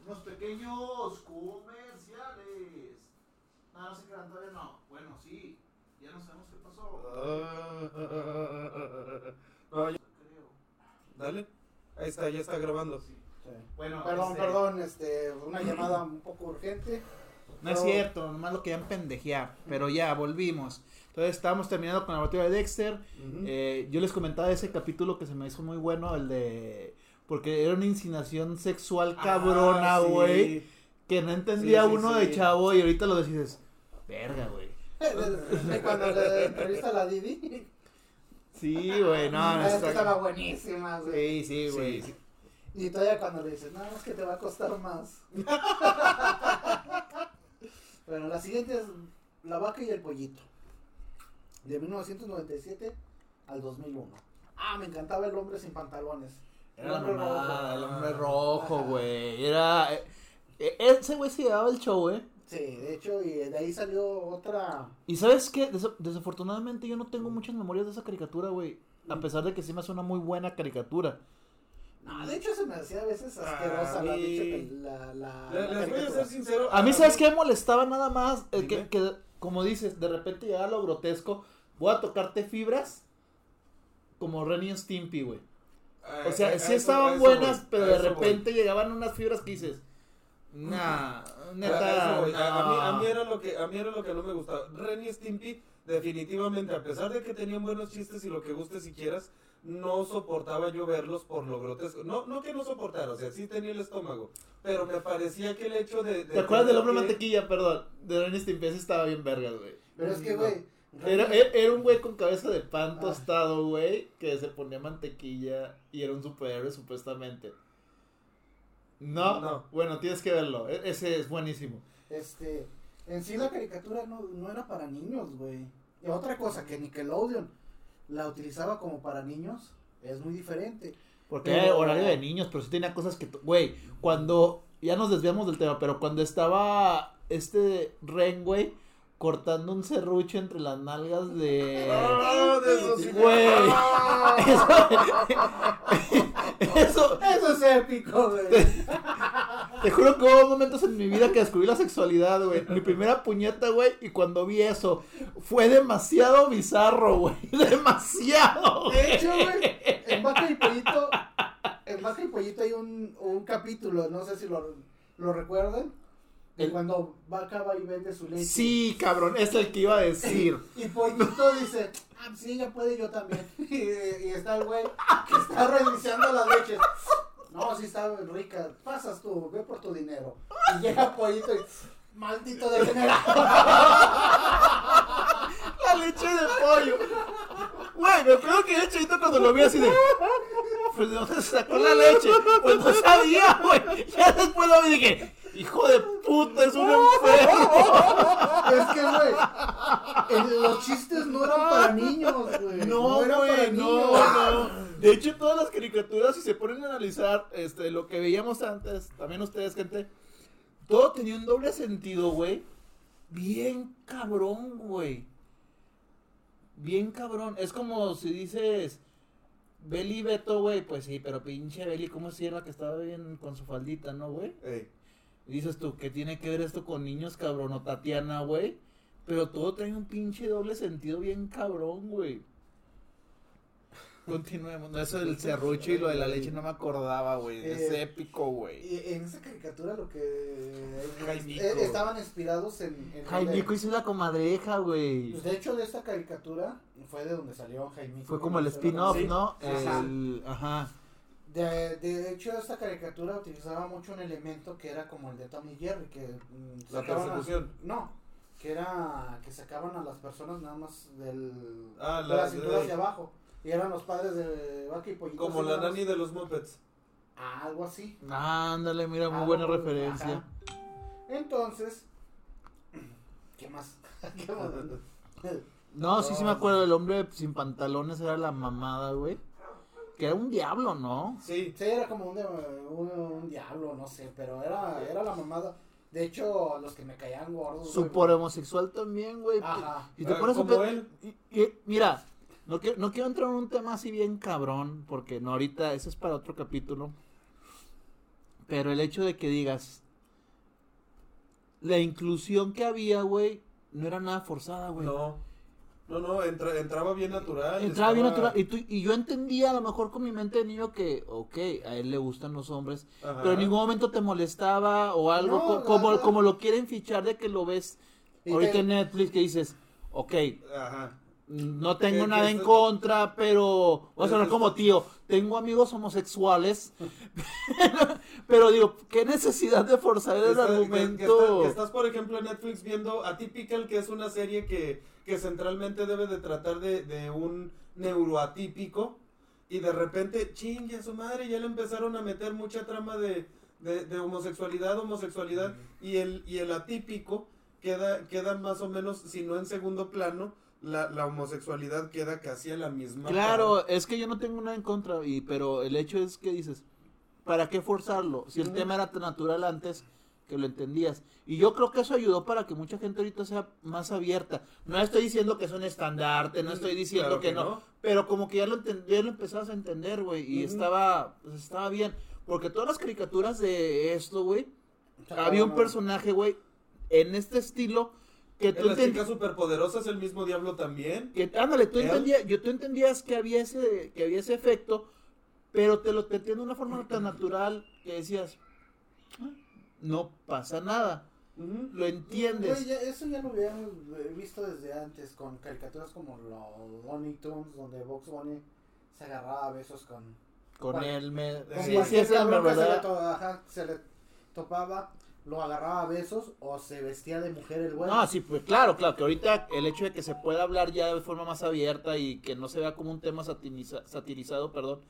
Speaker 2: unos pequeños comerciales. No, no se quedan todavía no. Bueno, sí, ya no sabemos qué pasó.
Speaker 1: Ah, ah, ah, ah, ah. No, ya- Dale. Ahí está, ya está grabando.
Speaker 2: Bueno,
Speaker 3: Perdón,
Speaker 2: este,
Speaker 3: perdón, este, una llamada un poco urgente.
Speaker 2: No es
Speaker 3: Pero-
Speaker 2: cierto, nomás lo querían pendejear, pero ya, volvimos. Entonces estábamos terminando con la batalla de Dexter.
Speaker 3: Mm.
Speaker 1: Ujú.
Speaker 2: Eh, yo les comentaba ese capítulo que se me hizo muy bueno, el de... Porque era una insinuación sexual cabrona,
Speaker 1: Ah, sí.
Speaker 2: güey. Que no entendía
Speaker 1: Sí, sí,
Speaker 2: uno
Speaker 1: sí.
Speaker 2: de chavo y ahorita lo decides, verga, güey.
Speaker 3: Y Cuando le entrevista a la Didi,
Speaker 2: Sí, güey, no, no
Speaker 3: Ah, es que estaba
Speaker 2: está...
Speaker 3: buenísima, güey.
Speaker 2: Sí, sí, güey.
Speaker 1: Sí.
Speaker 3: Y todavía cuando le dices, no, es que te va a costar más. bueno, la siguiente es La vaca y el pollito. De 1997 al 2001. Ah, me encantaba el hombre sin pantalones.
Speaker 2: Era la
Speaker 3: El hombre
Speaker 2: mamada,
Speaker 3: rojo.
Speaker 2: el hombre rojo,
Speaker 3: Ajá.
Speaker 2: güey. Era... eh, eh, Ese güey se llevaba el show, güey.
Speaker 3: Sí, de hecho, y de ahí salió otra.
Speaker 2: Y sabes qué, Desa- desafortunadamente yo no tengo muchas memorias de esa caricatura, güey. A pesar de que sí me hace una muy buena caricatura.
Speaker 3: No, de hecho se me hacía a veces
Speaker 1: A
Speaker 3: asquerosa
Speaker 2: Ah,
Speaker 3: la
Speaker 1: mí-
Speaker 3: pinche pel- la, la,
Speaker 1: Le-
Speaker 3: la
Speaker 1: Les voy a
Speaker 3: caricatura.
Speaker 1: ser sincero.
Speaker 2: A mí, ¿sabes qué me molestaba nada más? Eh, que,
Speaker 1: Dime.
Speaker 2: que, como dices, de repente llegaba lo grotesco. Voy a tocarte fibras como Renny y Stimpy, güey.
Speaker 1: Ah,
Speaker 2: O sea,
Speaker 1: a- a
Speaker 2: sí
Speaker 1: eso- a
Speaker 2: estaban
Speaker 1: eso
Speaker 2: buenas,
Speaker 1: voy,
Speaker 2: pero
Speaker 1: a
Speaker 2: de
Speaker 1: eso voy.
Speaker 2: repente llegaban unas fibras que dices, nah,
Speaker 1: A- a
Speaker 2: neta,
Speaker 1: eso voy. A- a mí-
Speaker 2: no".
Speaker 1: a mí era lo que a mí era lo que no me gustaba. Ren y Stimpy definitivamente a pesar de que tenían buenos chistes y lo que guste si quieras, no soportaba yo verlos por lo grotesco. No no que no soportara, o sea, sí tenía el estómago, pero me parecía que el hecho de, de
Speaker 2: ¿Te acuerdas del hombre
Speaker 1: tener que-
Speaker 2: mantequilla? Perdón, de Renny y Stimpy, ese estaba bien vergas, güey.
Speaker 3: Pero es que,
Speaker 1: No.
Speaker 3: güey.
Speaker 2: Era,
Speaker 3: Ren-
Speaker 2: e- era un güey con cabeza de pan
Speaker 3: Ah.
Speaker 2: tostado, güey, que se ponía mantequilla y era un superhéroe supuestamente. No,
Speaker 1: No.
Speaker 2: bueno, tienes que verlo. e- ese es buenísimo.
Speaker 3: Este, en sí la caricatura no, no era para niños, güey. Y otra cosa, que Nickelodeon la utilizaba como para niños, es muy diferente.
Speaker 2: Porque
Speaker 3: Pero-
Speaker 2: era horario de niños, pero sí tenía cosas que. t- Güey, cuando. Ya nos desviamos del tema, pero cuando estaba este Ren, güey, cortando un serrucho entre las nalgas de.
Speaker 1: Ah, de eso sí.
Speaker 2: Güey. Eso, eso,
Speaker 3: Eso es épico, güey.
Speaker 2: Te juro que hubo momentos en mi vida que descubrí la sexualidad, güey. Mi primera puñeta, güey, y cuando vi eso, fue demasiado bizarro, güey. Demasiado. güey.
Speaker 3: De hecho, güey, en Vaca y Pollito, en Vaca y Pollito hay un, un capítulo, no sé si lo, lo recuerdan, de
Speaker 2: El-
Speaker 3: cuando Vaca va y vende su leche.
Speaker 2: Sí, cabrón, es el que iba a decir.
Speaker 3: Y Pollito dice, ah, sí, ya puede yo también. Y, y está el güey que está revisando las leches. No, sí está rica, pasas tú, ve por tu dinero. Y llega Pollito y, maldito degenerado.
Speaker 2: La leche de pollo. Güey, me acuerdo que de chavito cuando lo vi así de. Pues no se sacó la leche. Pues no sabía, güey. Ya después lo vi y dije, hijo de puta, es un enfermo.
Speaker 3: Es que, güey, el- los chistes no eran para niños, güey.
Speaker 2: No,
Speaker 3: eran
Speaker 2: güey, no, no. De hecho, todas las caricaturas, si se ponen a analizar este, lo que veíamos antes, también ustedes, gente, todo tenía un doble sentido, güey. Bien cabrón, güey. Bien cabrón. Es como si dices, Beli y Beto, güey, pues sí, pero pinche Beli, ¿cómo se llama que estaba bien con su faldita, no, güey?
Speaker 1: Ey,
Speaker 2: Y Dices tú, ¿qué tiene que ver esto con niños, cabrón? O Tatiana, güey. Pero todo trae un pinche doble sentido bien cabrón, güey. Continuemos. No, eso del serrucho y lo de la leche no me acordaba, güey. Es
Speaker 3: Eh,
Speaker 2: épico, güey.
Speaker 3: Y en esa caricatura lo que
Speaker 1: Jaimico.
Speaker 3: eh, estaban inspirados en, en
Speaker 2: Jaimico hizo la comadreja, güey.
Speaker 3: Pues, de hecho, de esta caricatura fue de donde salió Jaime.
Speaker 2: Fue como el spin-off,
Speaker 1: Sí.
Speaker 2: ¿no?
Speaker 3: Ajá.
Speaker 2: El- Ajá.
Speaker 3: De, de hecho, esta caricatura utilizaba mucho un elemento que era como el de Tommy Jerry, que mm,
Speaker 1: la
Speaker 3: sacaban a-
Speaker 1: persecución.
Speaker 3: no, que era que sacaban a las personas nada más del,
Speaker 1: Ah,
Speaker 3: de
Speaker 1: la-
Speaker 3: las cinturas
Speaker 1: de-
Speaker 3: de abajo. Y eran los padres de Vaca y Pollito.
Speaker 1: Como
Speaker 3: así
Speaker 1: la
Speaker 3: nada más.
Speaker 1: nani de los Muppets.
Speaker 3: Ah, Algo así.
Speaker 2: Ándale, mira, muy
Speaker 3: Ah,
Speaker 2: buena
Speaker 3: pues,
Speaker 2: referencia.
Speaker 3: ajá. Entonces, ¿qué más? ¿Qué más?
Speaker 2: No, sí, sí me
Speaker 3: No,
Speaker 2: acuerdo. El hombre sin pantalones era la mamada, güey. Que era un diablo, ¿no?
Speaker 1: Sí.
Speaker 3: Sí, era como un, de- un, un diablo, no sé, pero era, era la mamada. De hecho, los que me caían gordos. güey,
Speaker 2: Super homosexual también, güey.
Speaker 3: Ajá.
Speaker 2: Y te
Speaker 1: Ah,
Speaker 2: pones a
Speaker 1: como
Speaker 2: pe-
Speaker 1: él.
Speaker 2: y- y- mira, no quiero, no quiero entrar en un tema así bien cabrón, porque no ahorita, ese es para otro capítulo. Pero el hecho de que digas, la inclusión que había, güey, no era nada forzada, güey.
Speaker 1: No. No, no, entra- entraba bien natural.
Speaker 2: Entraba bien
Speaker 1: estaba-
Speaker 2: natural. Y, tú, y yo entendía a lo mejor con mi mente de niño que, ok, a él le gustan los hombres.
Speaker 1: Ajá.
Speaker 2: Pero en ningún momento te molestaba o algo
Speaker 3: No,
Speaker 2: co-
Speaker 3: la
Speaker 2: como,
Speaker 3: verdad.
Speaker 2: como lo quieren fichar de que lo ves
Speaker 3: Y
Speaker 2: ahorita
Speaker 3: te-
Speaker 2: en Netflix que dices, ok,
Speaker 1: Ajá.
Speaker 2: no tengo
Speaker 1: Que-
Speaker 2: nada
Speaker 1: que
Speaker 2: en
Speaker 1: esto-
Speaker 2: contra, pero voy a
Speaker 1: Pero
Speaker 2: sonar
Speaker 1: tú
Speaker 2: como
Speaker 1: estás-
Speaker 2: tío, tengo amigos homosexuales, pero digo, qué necesidad de forzar el
Speaker 1: Está- que- que está-
Speaker 2: argumento.
Speaker 1: que estás, por ejemplo, en Netflix viendo Atypical, que es una serie que, que centralmente debe de tratar de, de un neuroatípico. Y de repente, chingue a su madre, ya le empezaron a meter mucha trama de, de- de homosexualidad, homosexualidad. Y el, y el atípico queda, queda más o menos, si no en segundo plano, la, la homosexualidad queda casi a la misma.
Speaker 2: Claro, es que yo no tengo nada en contra, y, pero el hecho es que dices, ¿para qué forzarlo? Si el
Speaker 1: Ujú.
Speaker 2: tema era tan natural antes que lo entendías. Y yo creo que eso ayudó para que mucha gente ahorita sea más abierta. No estoy diciendo que es un estandarte, no estoy diciendo
Speaker 1: Claro
Speaker 2: que,
Speaker 1: que
Speaker 2: no,
Speaker 1: no.
Speaker 2: pero como que ya lo, enten- ya lo empezabas a entender, güey, y
Speaker 1: Ujú.
Speaker 2: estaba, pues, estaba bien. Porque todas las caricaturas de esto, güey,
Speaker 3: Está
Speaker 2: había un
Speaker 3: cabrón.
Speaker 2: personaje, güey, en este estilo que
Speaker 1: En
Speaker 2: tú
Speaker 1: las
Speaker 2: entendías.
Speaker 1: chicas superpoderosas, el mismo diablo también.
Speaker 2: Que, ándale, tú
Speaker 1: Él.
Speaker 2: entendías, yo, tú entendías que había ese, que había ese efecto, pero te lo te entiendo de una forma tan natural que decías, "Ah, no pasa nada,
Speaker 1: Ujú.
Speaker 2: lo entiendes.
Speaker 3: Güey, ya- eso ya lo habían eh, visto desde antes con caricaturas como los Looney Tunes, donde Box Bunny se agarraba a besos con.
Speaker 2: Con
Speaker 3: Bueno,
Speaker 2: él me...
Speaker 1: con
Speaker 2: Sí,
Speaker 3: cualquier
Speaker 2: sí, esa es la
Speaker 3: cabrón que Se le,
Speaker 2: verdad.
Speaker 3: to- ajá, se le topaba, lo agarraba a besos o se vestía de mujer el güey.
Speaker 2: No, sí, pues claro, claro, que ahorita el hecho de que se pueda hablar ya de forma más abierta y que no se vea como un tema satiniza- satirizado, perdón,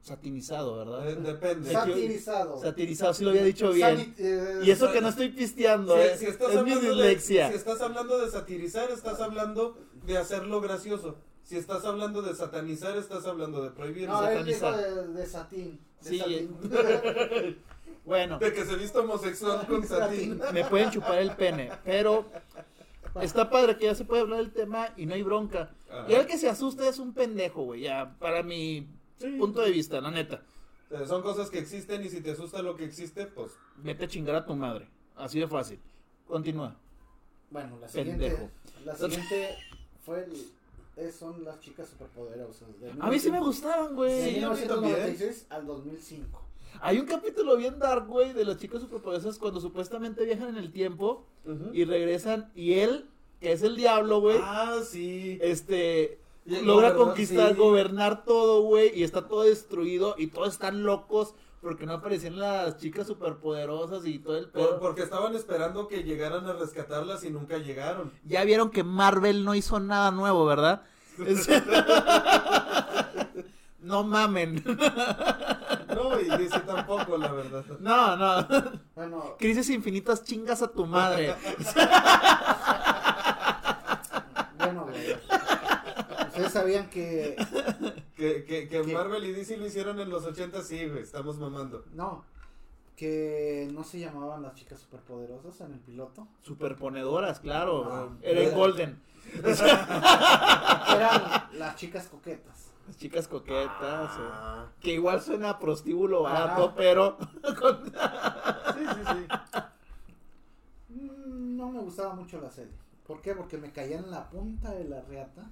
Speaker 2: satinizado,
Speaker 1: Eh,
Speaker 2: ¿verdad?
Speaker 1: Depende.
Speaker 3: Satirizado.
Speaker 2: Satirizado, sí lo había dicho bien.
Speaker 3: Sani- eh,
Speaker 2: Y eso que no estoy pisteando,
Speaker 1: Si-
Speaker 2: eh,
Speaker 1: si estás
Speaker 2: es mi
Speaker 1: hablando de-
Speaker 2: dislexia.
Speaker 1: si estás hablando de satirizar, estás hablando de hacerlo gracioso. Si estás hablando de satanizar, estás hablando de prohibir.
Speaker 3: No, él dijo
Speaker 2: satanizar.
Speaker 3: de, de satín. de
Speaker 2: Sí, eh.
Speaker 3: satín.
Speaker 2: Bueno,
Speaker 1: De que se viste homosexual con satín.
Speaker 2: me pueden chupar el pene, pero está padre que ya se puede hablar del tema y no hay bronca.
Speaker 1: Ajá.
Speaker 2: Y el que se asusta es un pendejo, güey, ya, para mi punto de vista, la neta.
Speaker 1: Eh, Son cosas que existen y si te asusta lo que existe, pues
Speaker 2: Vete a chingar a tu madre, así de fácil. Continúa.
Speaker 3: Bueno, la siguiente,
Speaker 2: Pendejo.
Speaker 3: la siguiente fue el- es- son las chicas superpoderosas. de
Speaker 2: A mí sí me
Speaker 3: 1900
Speaker 2: gustaban,
Speaker 3: De
Speaker 2: güey.
Speaker 1: Sí. a mí también.
Speaker 3: 1996 al 2005.
Speaker 2: Hay un capítulo bien dark, güey, de las chicas superpoderosas cuando supuestamente viajan en el tiempo y regresan y él, que es el diablo, güey,
Speaker 1: Ah, sí.
Speaker 2: este
Speaker 1: Y-
Speaker 2: logra
Speaker 1: gobernar,
Speaker 2: conquistar,
Speaker 1: sí.
Speaker 2: gobernar todo, güey, y está todo destruido y todos están locos porque no aparecían las chicas superpoderosas y todo el
Speaker 1: Por-
Speaker 2: pedo.
Speaker 1: porque estaban esperando que llegaran a rescatarlas y nunca llegaron.
Speaker 2: Ya vieron que Marvel no hizo nada nuevo, ¿verdad? Es- no mamen.
Speaker 1: No, y DC tampoco, la verdad.
Speaker 2: No, no.
Speaker 3: Bueno,
Speaker 2: Crisis infinitas chingas a tu madre.
Speaker 3: bueno, güey. Ustedes sabían que.
Speaker 1: Que, que, que
Speaker 3: ¿Qué?
Speaker 1: Marvel y DC lo hicieron en los 80, sí, güey, estamos mamando.
Speaker 3: No. Que no se llamaban las chicas superpoderosas en el piloto.
Speaker 2: Superponedoras, claro.
Speaker 3: No.
Speaker 2: Era el Golden.
Speaker 3: Eran las chicas coquetas.
Speaker 2: Las chicas coquetas. eh.
Speaker 1: Ah.
Speaker 2: Que igual suena a prostíbulo barato,
Speaker 3: Ajá.
Speaker 2: pero
Speaker 1: Sí, sí, sí.
Speaker 3: Mm, No me gustaba mucho la serie. ¿Por qué? Porque me caía en la punta de la reata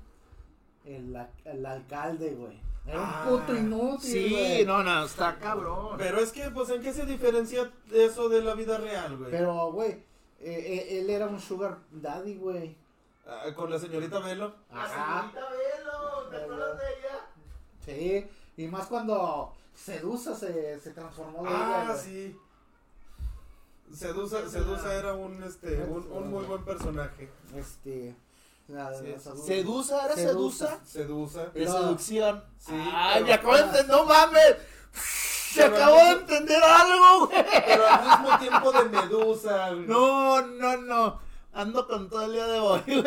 Speaker 3: el, a- el alcalde, güey. Era un
Speaker 1: Ah,
Speaker 3: puto inútil,
Speaker 2: Sí,
Speaker 3: güey.
Speaker 2: no, no, está cabrón.
Speaker 1: Pero es que, pues, ¿en qué se diferencia eso de la vida real, güey?
Speaker 3: Pero, güey, eh, eh, él era un sugar daddy, güey.
Speaker 1: Ah, con la señorita Velo.
Speaker 2: Ah,
Speaker 3: Ajá.
Speaker 2: Velo,
Speaker 3: ¿te acuerdas de
Speaker 2: ella?
Speaker 3: Sí. Y más cuando Sedusa se, se transformó de ella,
Speaker 1: Ah,
Speaker 3: güey.
Speaker 1: sí. Sedusa, Sedusa
Speaker 2: Ah.
Speaker 1: era un, este, un, un muy buen personaje.
Speaker 3: Este. la- la Sedusa.
Speaker 2: Sedusa, era sedusa.
Speaker 1: Sedusa.
Speaker 2: De
Speaker 3: No.
Speaker 2: seducción.
Speaker 1: Sí,
Speaker 2: Ay,
Speaker 1: pero-
Speaker 2: me acabo de entender, no mames. Se
Speaker 1: Pero-
Speaker 2: acabó de entender algo, güey.
Speaker 1: Pero al mismo tiempo de Medusa. güey.
Speaker 2: No, no, no. Ando con todo el día de hoy, güey.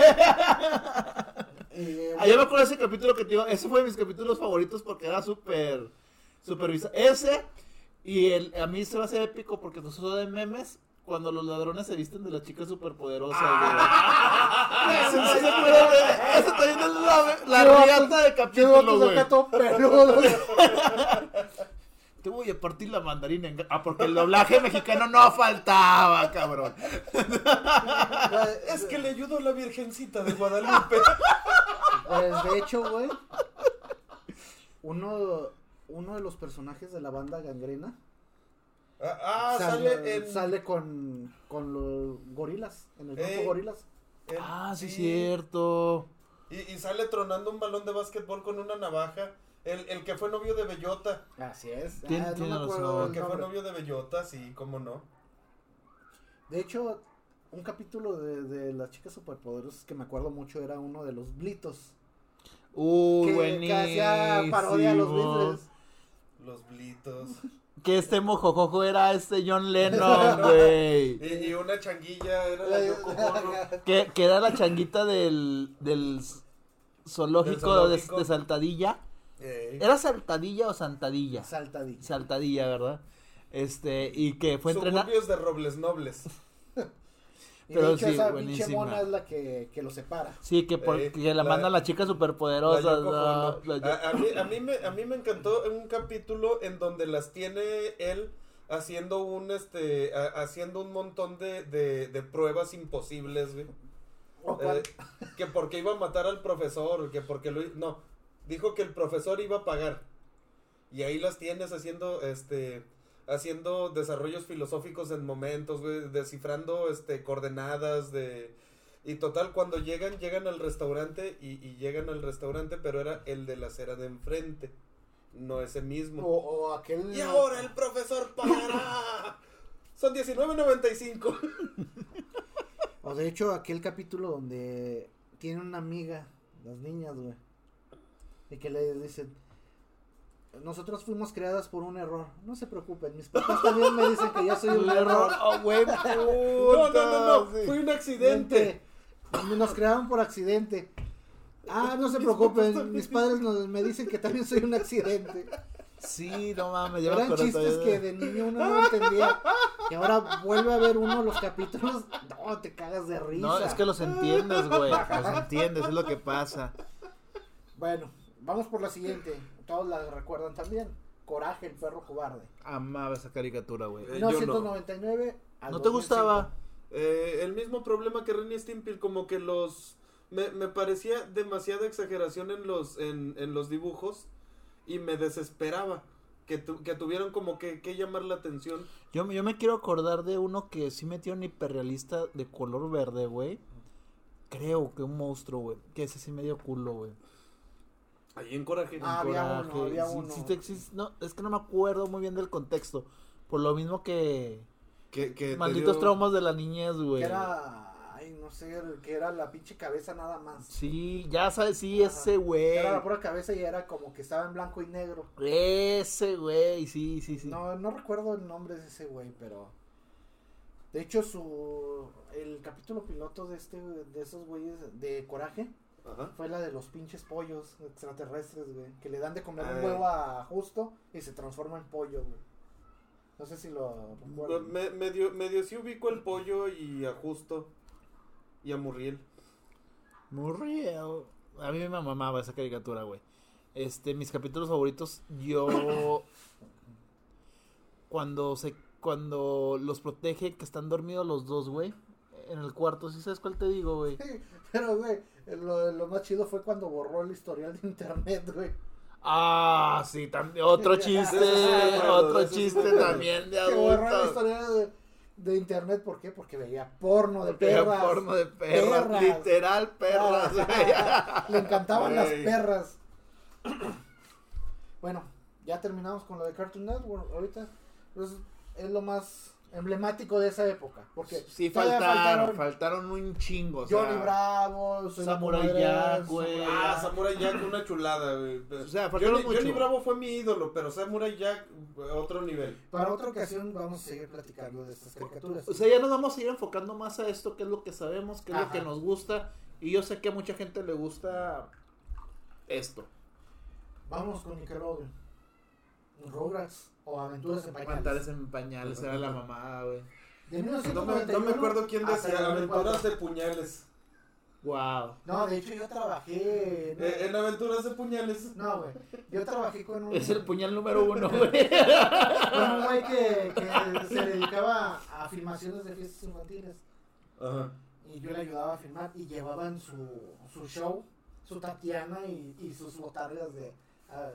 Speaker 3: Eh,
Speaker 2: Ah, yo me acuerdo de ese capítulo que te iba. Ese fue de mis capítulos favoritos porque era súper. Supervisa. Ese. Y el, a mí se me hace épico porque nos usó de memes. cuando los ladrones se visten de la chica superpoderosa, güey. Sí, sí, sí, pero, güey, Esa también es la, la
Speaker 4: Yo,
Speaker 2: riata de
Speaker 4: Yo
Speaker 2: capítulo,
Speaker 4: no,
Speaker 2: güey.
Speaker 4: acá todo peludo.
Speaker 2: Te voy a partir la mandarina. en- Ah, porque el doblaje mexicano no faltaba, cabrón.
Speaker 1: Es que le ayudó la Virgencita de Guadalupe.
Speaker 3: Pues de hecho, güey. Uno, uno de los personajes de la banda Gangrena
Speaker 1: Ah, ah, sale, en.
Speaker 3: sale con, con los gorilas, en el grupo
Speaker 1: Ey.
Speaker 3: gorilas.
Speaker 1: en-
Speaker 2: Ah, sí, cierto.
Speaker 1: Y, y sale tronando un balón de básquetbol con una navaja. El, el que fue novio de Bellota.
Speaker 3: Así es.
Speaker 2: Tien-
Speaker 3: Ah, no
Speaker 2: tiene
Speaker 3: me acuerdo
Speaker 2: razón.
Speaker 1: El
Speaker 3: el
Speaker 1: que fue
Speaker 3: nombre.
Speaker 1: novio de Bellota, sí, cómo no.
Speaker 3: De hecho, un capítulo de, de las chicas superpoderosas que me acuerdo mucho era uno de los blitos.
Speaker 2: Uy,
Speaker 3: que, que
Speaker 2: buenísimo.
Speaker 3: hacía parodia a los blitos.
Speaker 1: Los blitos.
Speaker 2: Que este mojojojo era este John Lennon, güey.
Speaker 1: Y, y una changuilla era la Yoko Ono.
Speaker 2: Que, que era la changuita del, del s- zoológico, de-
Speaker 1: zoológico.
Speaker 2: De, Saltadilla.
Speaker 1: Ey.
Speaker 2: ¿Era Saltadilla o Santadilla?
Speaker 3: Saltadilla.
Speaker 2: Saltadilla, ¿verdad? Este, y que fue entrenada.
Speaker 1: Suburbios de Robles Nobles.
Speaker 3: Y
Speaker 2: Pero
Speaker 3: de hecho,
Speaker 2: sí,
Speaker 3: esa pinche
Speaker 2: buenísima.
Speaker 3: mona es la que, que lo separa.
Speaker 2: Sí, que, por-
Speaker 1: Eh,
Speaker 2: que la
Speaker 1: la-
Speaker 2: manda la chica
Speaker 1: La
Speaker 2: superpoderosa.
Speaker 1: Yoko
Speaker 2: ¿no?
Speaker 1: Ono. Ah.
Speaker 2: La-
Speaker 1: A, a mí, a, mí me, a mí me encantó un capítulo en donde las tiene él haciendo un este a- haciendo un montón de, de, de pruebas imposibles, güey.
Speaker 3: O cuan-
Speaker 1: Eh, que porque iba a matar al profesor, que porque lo i- no, dijo que el profesor iba a pagar. Y ahí las tienes haciendo este haciendo desarrollos filosóficos en momentos, güey, descifrando este coordenadas de y total cuando llegan llegan al restaurante y, y llegan al restaurante, pero era el de la acera de enfrente, no ese mismo.
Speaker 3: o,
Speaker 2: Oh,
Speaker 3: o aquel.
Speaker 1: Y ahora el profesor pagará. Son 19.95.
Speaker 3: O de hecho, aquel capítulo donde tiene una amiga, las niñas, güey. Y que le dicen, nosotros fuimos creadas por un error. No se preocupen, mis papás también me dicen que yo soy un
Speaker 2: El error,
Speaker 3: error.
Speaker 2: oh, güey,
Speaker 1: No, no, no, no,
Speaker 2: puta, sí.
Speaker 1: fue un accidente.
Speaker 3: Nos crearon por accidente. Ah, no se
Speaker 1: Mis papás
Speaker 3: preocupen,
Speaker 1: también
Speaker 3: mis padres nos- me dicen que también soy un accidente.
Speaker 2: Sí, no mames, ya me
Speaker 3: Eran
Speaker 2: acuerdo
Speaker 3: chistes
Speaker 2: todavía.
Speaker 3: que de niño uno no entendía. Y ahora vuelve a ver uno de los capítulos. No, te cagas de risa.
Speaker 2: No, es que los entiendes, güey. Los entiendes, es lo que pasa.
Speaker 3: Bueno, vamos por la siguiente. Todos la recuerdan también. Coraje, el perro cobarde.
Speaker 2: Amaba esa caricatura, güey.
Speaker 1: Eh, yo no.
Speaker 3: 1999 al
Speaker 2: ¿No te
Speaker 3: 2005.
Speaker 2: gustaba?
Speaker 1: Eh, el mismo problema que Renny Stimpy, como que los... Me, me parecía demasiada exageración en los, en, en los dibujos y me desesperaba que, tu- que tuvieron como que, que llamar la atención.
Speaker 2: Yo, me- yo me quiero acordar de uno que sí metió un hiperrealista de color verde, güey. Creo que un monstruo, güey. Que ese sí me dio culo, güey.
Speaker 1: Ahí en Coraje.
Speaker 3: Ah, había uno,
Speaker 2: Coraje.
Speaker 3: había
Speaker 2: Sí,
Speaker 3: uno.
Speaker 2: sí te- sí, no, es que no me acuerdo muy bien del contexto. Por lo mismo que.
Speaker 1: que, que te
Speaker 2: Malditos
Speaker 1: dio-
Speaker 2: traumas de la niñez, güey.
Speaker 3: Que era, ay, no sé, el que era la pinche cabeza nada más.
Speaker 2: Sí, ya sabes, sí,
Speaker 3: Ajá.
Speaker 2: ese güey.
Speaker 3: Era la pura cabeza y era como que estaba en blanco y negro.
Speaker 2: Ese güey, sí, sí, sí.
Speaker 3: No, no recuerdo el nombre de ese güey, pero... De hecho, su el capítulo piloto de este de esos güeyes de Coraje
Speaker 1: Ajá.
Speaker 3: fue la de los pinches pollos extraterrestres, güey. Que le dan de comer un
Speaker 1: Ay.
Speaker 3: huevo a justo y se transforma en pollo, güey. No sé si lo recuerdo.
Speaker 1: Me, medio, medio sí ubico el pollo y a Justo y a Murriel.
Speaker 2: Muriel. A mí me mamaba esa caricatura, güey. Este, mis capítulos favoritos, yo. cuando se. Cuando los protege, que están dormidos los dos, güey. En el cuarto, ¿sí sabes cuál te digo, güey?
Speaker 3: Pero, güey, lo, lo más chido fue cuando borró el historial de internet, güey.
Speaker 2: Ah, sí, también. Otro chiste,
Speaker 1: De eso sí me acuerdo, de
Speaker 2: otro
Speaker 1: eso sí me
Speaker 2: chiste
Speaker 1: acuerdo.
Speaker 2: también de
Speaker 3: Que borró el
Speaker 2: adulto.
Speaker 3: historial de, de internet, ¿por qué? Porque veía porno de
Speaker 2: Era
Speaker 3: perras.
Speaker 2: porno de perras,
Speaker 3: Perras.
Speaker 2: literal perras, güey.
Speaker 1: Ah,
Speaker 3: Le encantaban las
Speaker 1: Güey.
Speaker 3: perras. Bueno, ya terminamos con lo de Cartoon Network. Ahorita pues, es lo más emblemático de esa época. Porque
Speaker 2: Sí,
Speaker 3: todavía
Speaker 2: faltaron, faltaron, un chingo. o sea,
Speaker 3: Johnny Bravo, Soy la
Speaker 2: Samurai
Speaker 3: Comadreja,
Speaker 2: Jack, güey.
Speaker 3: Samurai
Speaker 1: Ah,
Speaker 3: Jack.
Speaker 1: Samurai Jack, una chulada. güey.
Speaker 2: O sea, faltaron
Speaker 1: Johnny, Johnny
Speaker 2: mucho.
Speaker 1: Bravo fue mi ídolo, pero Samurai Jack, otro nivel.
Speaker 3: Para otra ocasión vamos a seguir platicando de estas caricaturas.
Speaker 2: O sea, ya nos vamos a ir enfocando más a esto, que es lo que sabemos, que es lo
Speaker 3: Ajá.
Speaker 2: que nos gusta. Y yo sé que a mucha gente le gusta esto.
Speaker 3: Vamos con Nickelodeon. Rugrats o Aventuras en Pañales.
Speaker 2: Pantares en pañales, era la mamada, güey.
Speaker 3: De
Speaker 1: No me, no
Speaker 3: 1991
Speaker 1: me acuerdo quién
Speaker 3: hasta
Speaker 1: decía,
Speaker 3: el
Speaker 1: aventuras
Speaker 3: 94.
Speaker 1: de puñales.
Speaker 2: Wow.
Speaker 3: No, de hecho yo trabajé. en-
Speaker 1: Eh, en aventuras de puñales.
Speaker 3: No, güey. Yo trabajé con un.
Speaker 2: Es el puñal número uno, güey.
Speaker 3: con un güey que, que se dedicaba a filmaciones de fiestas infantiles.
Speaker 1: Ajá.
Speaker 3: Y yo le ayudaba a filmar y llevaban su, su show, su Tatiana y, y sus botargas de ah,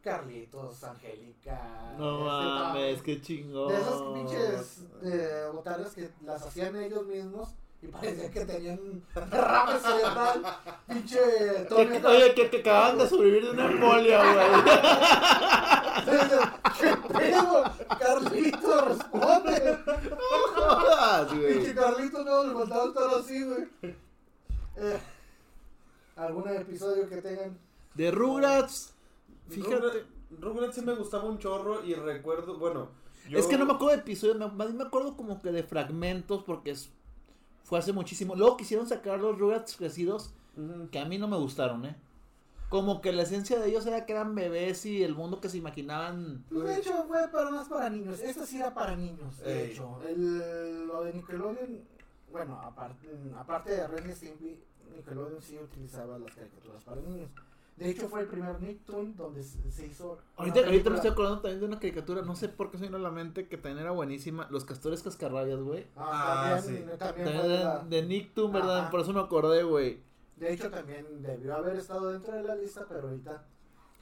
Speaker 3: Carlitos, Angélica.
Speaker 2: No
Speaker 3: este,
Speaker 2: mames, qué chingón.
Speaker 3: De esas pinches eh, botargas que las hacían ellos mismos y parecía que tenían derrame cerebral. Pinche
Speaker 2: Que-
Speaker 3: Tony.
Speaker 2: que- Oye, que, que acaban de sobrevivir de una embolia, güey.
Speaker 3: ¿Qué pedo? Carlito responde.
Speaker 2: No jodas, güey.
Speaker 3: Pinche Carlito no le faltaba estar así, güey. Eh, ¿Algún episodio que tengan?
Speaker 2: De Rugrats. Fíjate.
Speaker 1: Rugra- Rugrats sí me gustaba un chorro y recuerdo, bueno. yo-
Speaker 2: Es que no me acuerdo de episodios, me- más bien me acuerdo como que de fragmentos porque es- fue hace muchísimo. Luego quisieron sacar los Rugrats crecidos
Speaker 1: Ujú.
Speaker 2: que a mí no me gustaron, ¿eh? Como que la esencia de ellos era que eran bebés y el mundo que se imaginaban.
Speaker 3: Pues de hecho fue para más para niños. Esta sí era para niños, de
Speaker 1: Ey.
Speaker 3: hecho. El, lo de Nickelodeon, bueno, aparte, aparte de Ren y Stimpy, Nickelodeon sí utilizaba las caricaturas para niños. De hecho fue el primer Nicktoon donde se se hizo... una
Speaker 2: Ahorita, ahorita me
Speaker 3: película.
Speaker 2: estoy acordando también de una caricatura, no sé por qué se me vino a la mente, que también era buenísima. Los castores cascarrabias, güey.
Speaker 3: Ah,
Speaker 1: Ah,
Speaker 3: también,
Speaker 1: sí.
Speaker 3: también
Speaker 2: También
Speaker 3: fue de la-
Speaker 2: eran de Nicktoon, ¿verdad?
Speaker 3: Ajá.
Speaker 2: Por eso me acordé, güey.
Speaker 3: De hecho, también debió haber estado dentro de la lista, pero ahorita.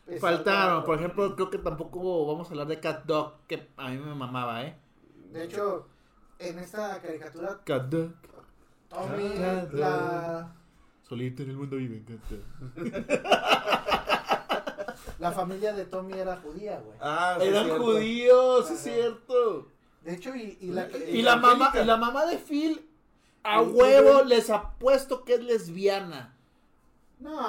Speaker 3: pues,
Speaker 2: Faltaron,
Speaker 3: falta-
Speaker 2: por ejemplo, creo que tampoco vamos a hablar de Cat Dog, que a mí me mamaba, ¿eh?
Speaker 3: De hecho, en esta caricatura,
Speaker 2: Cat Dog,
Speaker 3: Tommy,
Speaker 2: Ah,
Speaker 3: la,
Speaker 2: solito en el mundo vive, Cat Dog.
Speaker 3: la familia de Tommy era judía, güey.
Speaker 1: Ah, sí,
Speaker 2: Eran
Speaker 1: cierto.
Speaker 2: judíos, sí es
Speaker 3: Ajá.
Speaker 2: cierto.
Speaker 3: De hecho, y, y la.
Speaker 2: Y
Speaker 1: Y
Speaker 2: la
Speaker 1: Angélica.
Speaker 2: mamá, y la mamá de Phil, a
Speaker 1: Sí, sí,
Speaker 2: huevo,
Speaker 1: sí.
Speaker 2: les apuesto que es lesbiana.
Speaker 3: No,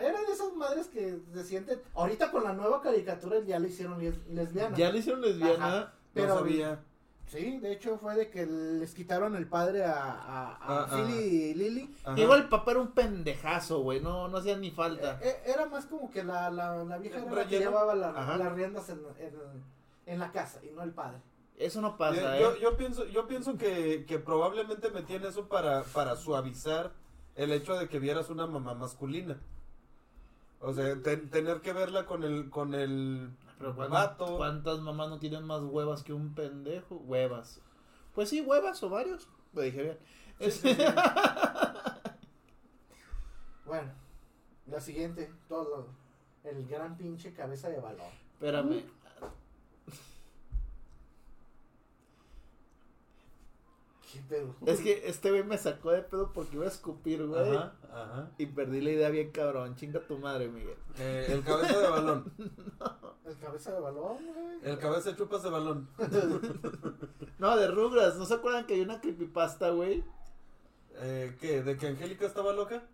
Speaker 3: era de esas madres que se sienten. Ahorita con la nueva caricatura ya lo hicieron les- lesbiana.
Speaker 2: Ya le hicieron lesbiana.
Speaker 3: Ajá.
Speaker 1: No
Speaker 3: Pero-
Speaker 1: sabía.
Speaker 3: Sí, de hecho, fue de que les quitaron el padre a, a, a
Speaker 1: Ah,
Speaker 3: Phil
Speaker 1: ah.
Speaker 3: y Lily.
Speaker 1: Ajá.
Speaker 2: Igual el papá era un pendejazo, güey, no, no hacía ni falta.
Speaker 3: Eh, Era más como que la, la, la vieja era la que
Speaker 1: Relleno.
Speaker 3: llevaba la-
Speaker 1: Ajá.
Speaker 3: las riendas en, en- en la casa y no el padre.
Speaker 2: Eso no
Speaker 1: Yo-
Speaker 2: pasa,
Speaker 1: yo,
Speaker 2: ¿eh?
Speaker 1: yo pienso, yo pienso que, que probablemente metían eso para, para suavizar el hecho de que vieras una mamá masculina. O sea, te- tener que verla con el, con el
Speaker 2: Pero ¿cuán-
Speaker 1: vato.
Speaker 2: ¿cuántas mamás no tienen más huevas que un pendejo? Huevas. Pues sí, huevas o varios. Lo dije bien. Es-
Speaker 3: Bueno, la siguiente, todo el gran pinche cabeza de balón.
Speaker 2: Espérame.
Speaker 3: ¿Qué pedo?
Speaker 2: Es que este güey me sacó de pedo porque iba a escupir, güey.
Speaker 1: Ajá, ajá.
Speaker 2: Y perdí la idea bien cabrón. Chinga tu madre, Miguel.
Speaker 1: Eh, el cabeza de balón.
Speaker 3: El cabeza de balón, güey.
Speaker 1: El cabeza de chupas de balón.
Speaker 2: No, de Rugrats. ¿No se acuerdan que hay una creepypasta, güey?
Speaker 1: Eh, ¿Qué? ¿De que Angélica estaba loca?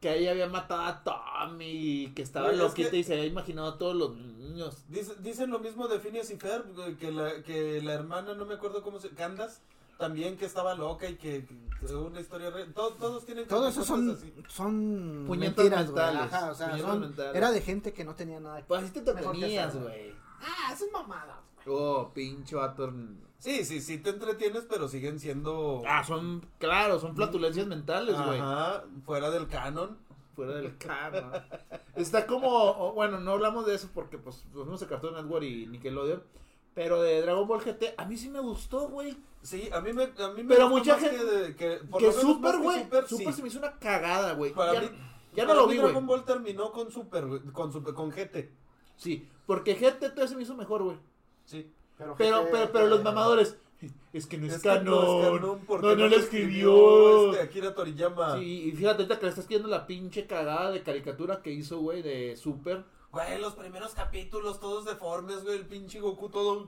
Speaker 2: Que ella había matado a Tommy y que estaba
Speaker 1: Güey, es
Speaker 2: loquita
Speaker 1: que-
Speaker 2: y se había imaginado a todos los niños.
Speaker 1: Dice- dicen lo mismo de Phineas y Ferb, güey, que la, que la hermana, no me acuerdo cómo se... Candas, también que estaba loca y que... que una historia... re- to- todos tienen...
Speaker 3: Todo eso son,
Speaker 1: así.
Speaker 3: son
Speaker 2: Puñetas
Speaker 3: mentiras, güey.
Speaker 2: mentales,
Speaker 3: Ajá, o sea,
Speaker 2: puñetas
Speaker 3: son-
Speaker 2: mentales.
Speaker 3: era de gente que no tenía nada.
Speaker 2: Pues así te
Speaker 3: Mejor que
Speaker 2: tenías,
Speaker 3: sea.
Speaker 2: güey.
Speaker 3: Ah, eso es mamada.
Speaker 2: Oh, pinche vato.
Speaker 1: Sí, sí, sí, te entretienes, pero siguen siendo...
Speaker 2: Ah, son, claro, son flatulencias mentales, güey.
Speaker 1: Ajá, fuera del canon.
Speaker 2: Fuera del carro. Está como, o- bueno, no hablamos de eso porque pues nos vimos a Cartoon Network y Nickelodeon. Pero de Dragon Ball GT, a mí sí me gustó, güey.
Speaker 1: Sí, a mí me, a mí me
Speaker 2: Pero
Speaker 1: gusta
Speaker 2: mucha
Speaker 1: más
Speaker 2: gente-
Speaker 1: que, de- que, por
Speaker 2: Que
Speaker 1: lo menos más
Speaker 2: Super,
Speaker 1: que
Speaker 2: güey. Super,
Speaker 1: Super, sí.
Speaker 2: se me hizo una cagada, güey.
Speaker 1: Para
Speaker 2: Ya,
Speaker 1: mí-
Speaker 2: ya no
Speaker 1: para
Speaker 2: lo
Speaker 1: mí
Speaker 2: vi, güey.
Speaker 1: Dragon Ball terminó con Super, güey, con Super, con GT.
Speaker 2: Sí, porque GT 3 se me hizo mejor, güey.
Speaker 1: Sí.
Speaker 2: Pero, pero, pero los mamadores. Es que no es,
Speaker 1: Es que
Speaker 2: canon.
Speaker 1: no es
Speaker 2: No,
Speaker 1: canon porque
Speaker 2: no, lo
Speaker 1: lo
Speaker 2: escribió.
Speaker 1: este Akira Toriyama.
Speaker 2: Sí, y fíjate ahorita que le estás viendo la pinche cagada de caricatura que hizo, güey, de Super.
Speaker 1: Güey, los primeros capítulos todos deformes, güey, el pinche Goku todo.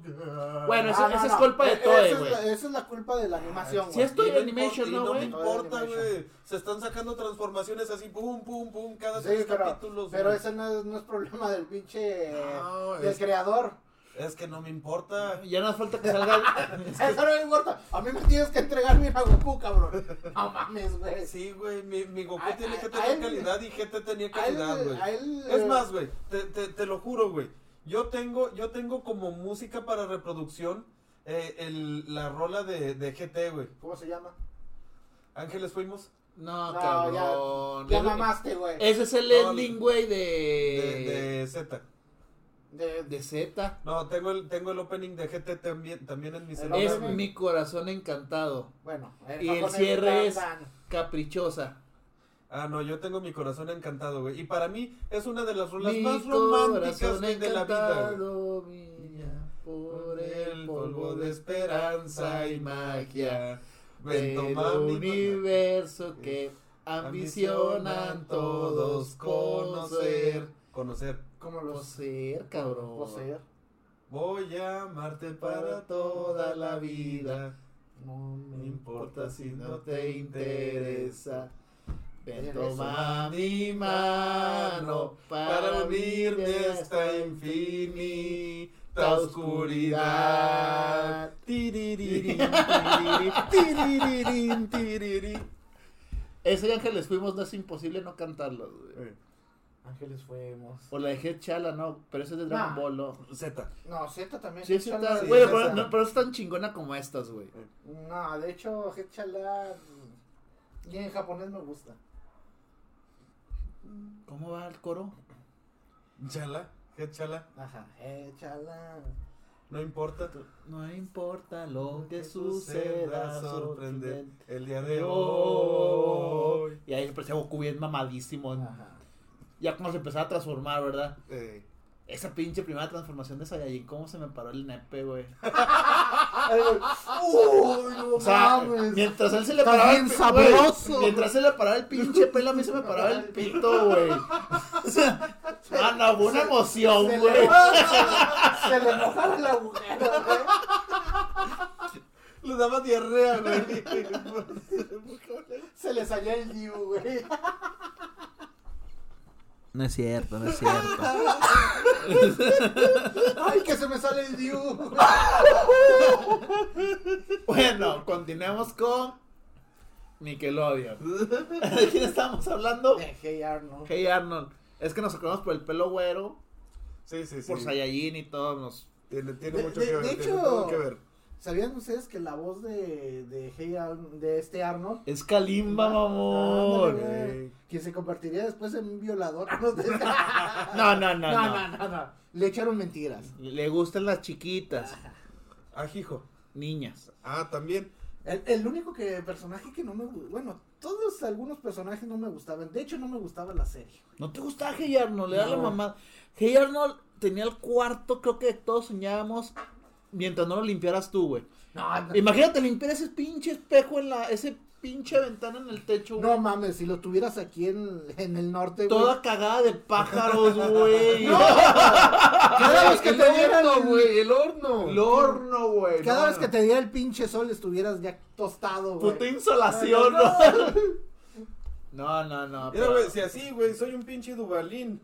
Speaker 2: Bueno, ese-
Speaker 3: Ah, no,
Speaker 2: esa es
Speaker 3: no.
Speaker 2: culpa de
Speaker 3: Eh,
Speaker 2: Toei,
Speaker 3: esa es
Speaker 2: güey.
Speaker 3: la- Esa es la culpa de la
Speaker 1: Ah,
Speaker 3: animación,
Speaker 2: Si
Speaker 3: güey.
Speaker 2: es esto
Speaker 1: Y
Speaker 2: en
Speaker 1: no
Speaker 2: Animation,
Speaker 1: importa- y
Speaker 2: ¿no, güey?
Speaker 1: No me importa,
Speaker 3: Animation.
Speaker 1: güey. Se están sacando transformaciones así, pum, pum, pum, cada
Speaker 3: Sí,
Speaker 1: tres
Speaker 3: pero,
Speaker 1: capítulos.
Speaker 3: pero
Speaker 1: güey.
Speaker 3: ese no es, no es problema del pinche.
Speaker 1: No,
Speaker 3: del
Speaker 1: es-
Speaker 3: creador.
Speaker 1: Es que no me importa.
Speaker 2: Ya no hace falta que salga.
Speaker 3: Eso no me importa. A mí me tienes que entregar mi Goku, cabrón. No mames, güey.
Speaker 1: Sí, güey, mi, mi Goku
Speaker 3: A-
Speaker 1: tiene
Speaker 3: a-
Speaker 1: que
Speaker 3: a
Speaker 1: tener
Speaker 3: él-
Speaker 1: calidad y GT tenía
Speaker 3: A él-
Speaker 1: calidad, güey.
Speaker 3: a él,
Speaker 1: Es
Speaker 3: eh,
Speaker 1: más, güey, te, te, te lo juro, güey. Yo tengo, yo tengo como música para reproducción eh, el- la rola de, de GT, güey.
Speaker 3: ¿Cómo se llama?
Speaker 1: Ángeles fuimos.
Speaker 2: No,
Speaker 3: No,
Speaker 2: cabrón.
Speaker 3: Ya
Speaker 2: Es-
Speaker 3: mamaste, güey.
Speaker 2: Ese es el
Speaker 1: No,
Speaker 2: ending, güey,
Speaker 1: De,
Speaker 2: de...
Speaker 3: Eh,
Speaker 1: de Z.
Speaker 3: De-
Speaker 2: De, Z.
Speaker 1: No, tengo el, tengo el opening de GT también, también en mi
Speaker 3: El
Speaker 1: celular.
Speaker 2: Es
Speaker 3: opening.
Speaker 1: güey.
Speaker 2: mi corazón encantado.
Speaker 3: Bueno,
Speaker 2: Y el
Speaker 3: japonés
Speaker 2: cierre es-
Speaker 3: tan, tan.
Speaker 2: Caprichosa.
Speaker 1: Ah, no, yo tengo mi corazón encantado, güey. Y para mí es una de las rolas
Speaker 2: Mi
Speaker 1: más románticas
Speaker 2: corazón
Speaker 1: güey, de la vida, güey.
Speaker 2: encantado, mía, por el polvo
Speaker 1: polvo
Speaker 2: de esperanza y magia
Speaker 1: Ven,
Speaker 2: del
Speaker 1: toma mi mano.
Speaker 2: universo que ambicionan
Speaker 1: Ambicionan
Speaker 2: todos conocer.
Speaker 1: Conocer.
Speaker 3: Como los
Speaker 2: Poseer, cabrón.
Speaker 3: poseer.
Speaker 1: Voy a amarte para toda la vida.
Speaker 3: No
Speaker 1: No
Speaker 2: Mm.
Speaker 3: me
Speaker 1: importa si no te interesa.
Speaker 2: Ven,
Speaker 3: Regreso.
Speaker 2: toma mi
Speaker 1: ah,
Speaker 2: mano
Speaker 1: Para unirme
Speaker 2: unirte
Speaker 1: hasta infinita oscuridad. Tiririrín, tiririrín, tiririrín, tiririrín.
Speaker 2: Ese Ángeles Fuimos no es imposible no cantarlo, güey.
Speaker 1: Eh.
Speaker 3: Ángeles fuimos.
Speaker 2: O la de Head Chala, no, pero eso es de Dragon
Speaker 3: Nah.
Speaker 2: Ball, no.
Speaker 1: Z.
Speaker 3: No, Z también.
Speaker 2: Sí,
Speaker 3: Head
Speaker 2: sí
Speaker 3: Chala-
Speaker 2: está-
Speaker 1: sí,
Speaker 2: güey,
Speaker 1: esa
Speaker 2: pero,
Speaker 1: está.
Speaker 2: no, pero es tan chingona como estas, güey.
Speaker 3: No, de hecho, Hechala. Y en japonés me gusta.
Speaker 2: ¿Cómo va el coro?
Speaker 1: Chala, qué chala,
Speaker 3: Ajá, Hechala.
Speaker 1: no importa.
Speaker 2: No importa lo que
Speaker 1: Que suceda
Speaker 2: suceda,
Speaker 1: sorprender
Speaker 2: sorprendente.
Speaker 1: el día de hoy.
Speaker 2: Y ahí aparecía Goku bien mamadísimo.
Speaker 3: Ajá.
Speaker 2: Ya como se empezaba a transformar, ¿verdad?
Speaker 1: Eh,
Speaker 2: Esa pinche primera transformación de Saiyajin, ¿cómo se me paró el nepe, güey?
Speaker 3: Ay, güey. Uy, no
Speaker 2: Ah, O sea,
Speaker 3: mames.
Speaker 2: mientras él se le
Speaker 3: Está
Speaker 2: paraba
Speaker 3: bien
Speaker 2: el pi-
Speaker 3: sabroso.
Speaker 2: güey, mientras se le paraba el pinche pelo, a mí se me paraba el pito, güey. O sea, ah, no, fue una emoción,
Speaker 3: Se
Speaker 2: güey.
Speaker 3: le, se le mojaba el agujero, güey.
Speaker 1: Le daba diarrea, güey.
Speaker 3: Se le salía el Diu, güey.
Speaker 2: No es cierto, no es cierto.
Speaker 3: Ay, que se me sale el Diu. güey.
Speaker 2: Bueno, continuemos con Nickelodeon. ¿De quién estábamos hablando?
Speaker 3: De Hey Arnold.
Speaker 2: Hey Arnold. Es que nos acordamos por el pelo güero,
Speaker 1: Sí, sí, sí.
Speaker 2: por Saiyajin y todos nos...
Speaker 1: Tiene, tiene
Speaker 3: De-
Speaker 1: mucho
Speaker 3: de-
Speaker 1: que ver.
Speaker 3: de
Speaker 1: tiene
Speaker 3: hecho-
Speaker 1: todo que ver.
Speaker 3: ¿Sabían ustedes que la voz de, de Hey Arnold, de este Arnold,
Speaker 2: Es Kalimba, mamón.
Speaker 3: Ah, Ándale,
Speaker 1: Eh,
Speaker 3: que se convertiría después en un violador?
Speaker 2: No, no, no,
Speaker 3: no, no,
Speaker 2: no.
Speaker 3: no, no. Le echaron mentiras.
Speaker 2: Le gustan las chiquitas,
Speaker 1: Ajijo.
Speaker 2: niñas.
Speaker 1: Ah, también.
Speaker 3: El, el único que personaje que no me gu- bueno, todos algunos personajes no me gustaban. De hecho, no me gustaba la serie.
Speaker 2: ¿No te gustaba Hey Arnold? Le da la
Speaker 3: No.
Speaker 2: mamá. Hey Arnold tenía el cuarto, creo que todos soñábamos, mientras no lo limpiaras tú, güey.
Speaker 3: No, no,
Speaker 2: Imagínate limpiar ese pinche espejo en la... Ese pinche ventana en el techo, güey.
Speaker 3: no mames, si lo tuvieras aquí en, en el norte, güey.
Speaker 2: Toda cagada de pájaros, güey.
Speaker 3: No,
Speaker 1: Ah,
Speaker 3: cada vez que te diera el,
Speaker 1: el horno.
Speaker 2: El horno, güey.
Speaker 3: cada
Speaker 2: no,
Speaker 3: vez que te diera el pinche sol estuvieras ya tostado, güey.
Speaker 2: Puta insolación,
Speaker 3: No,
Speaker 2: ¿no? No, no, no.
Speaker 1: Mira,
Speaker 2: pero-
Speaker 1: güey, si así, güey, soy un pinche Dubalín.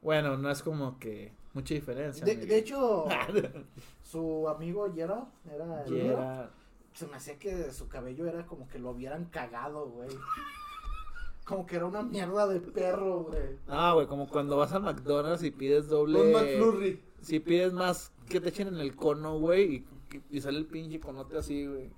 Speaker 2: Bueno, no es como que mucha diferencia.
Speaker 3: De,
Speaker 2: amigo.
Speaker 3: de hecho, su amigo Gerald era el Gerald,
Speaker 2: Gerard.
Speaker 3: Se me hacía que su cabello era como que lo hubieran cagado, güey. Como que era una mierda de perro, güey.
Speaker 2: Ah, güey, como cuando vas a McDonald's y pides doble.
Speaker 1: Un McFlurry.
Speaker 2: Si pides más, que te echen en el cono, güey. Y, y sale el pinche conote así, güey.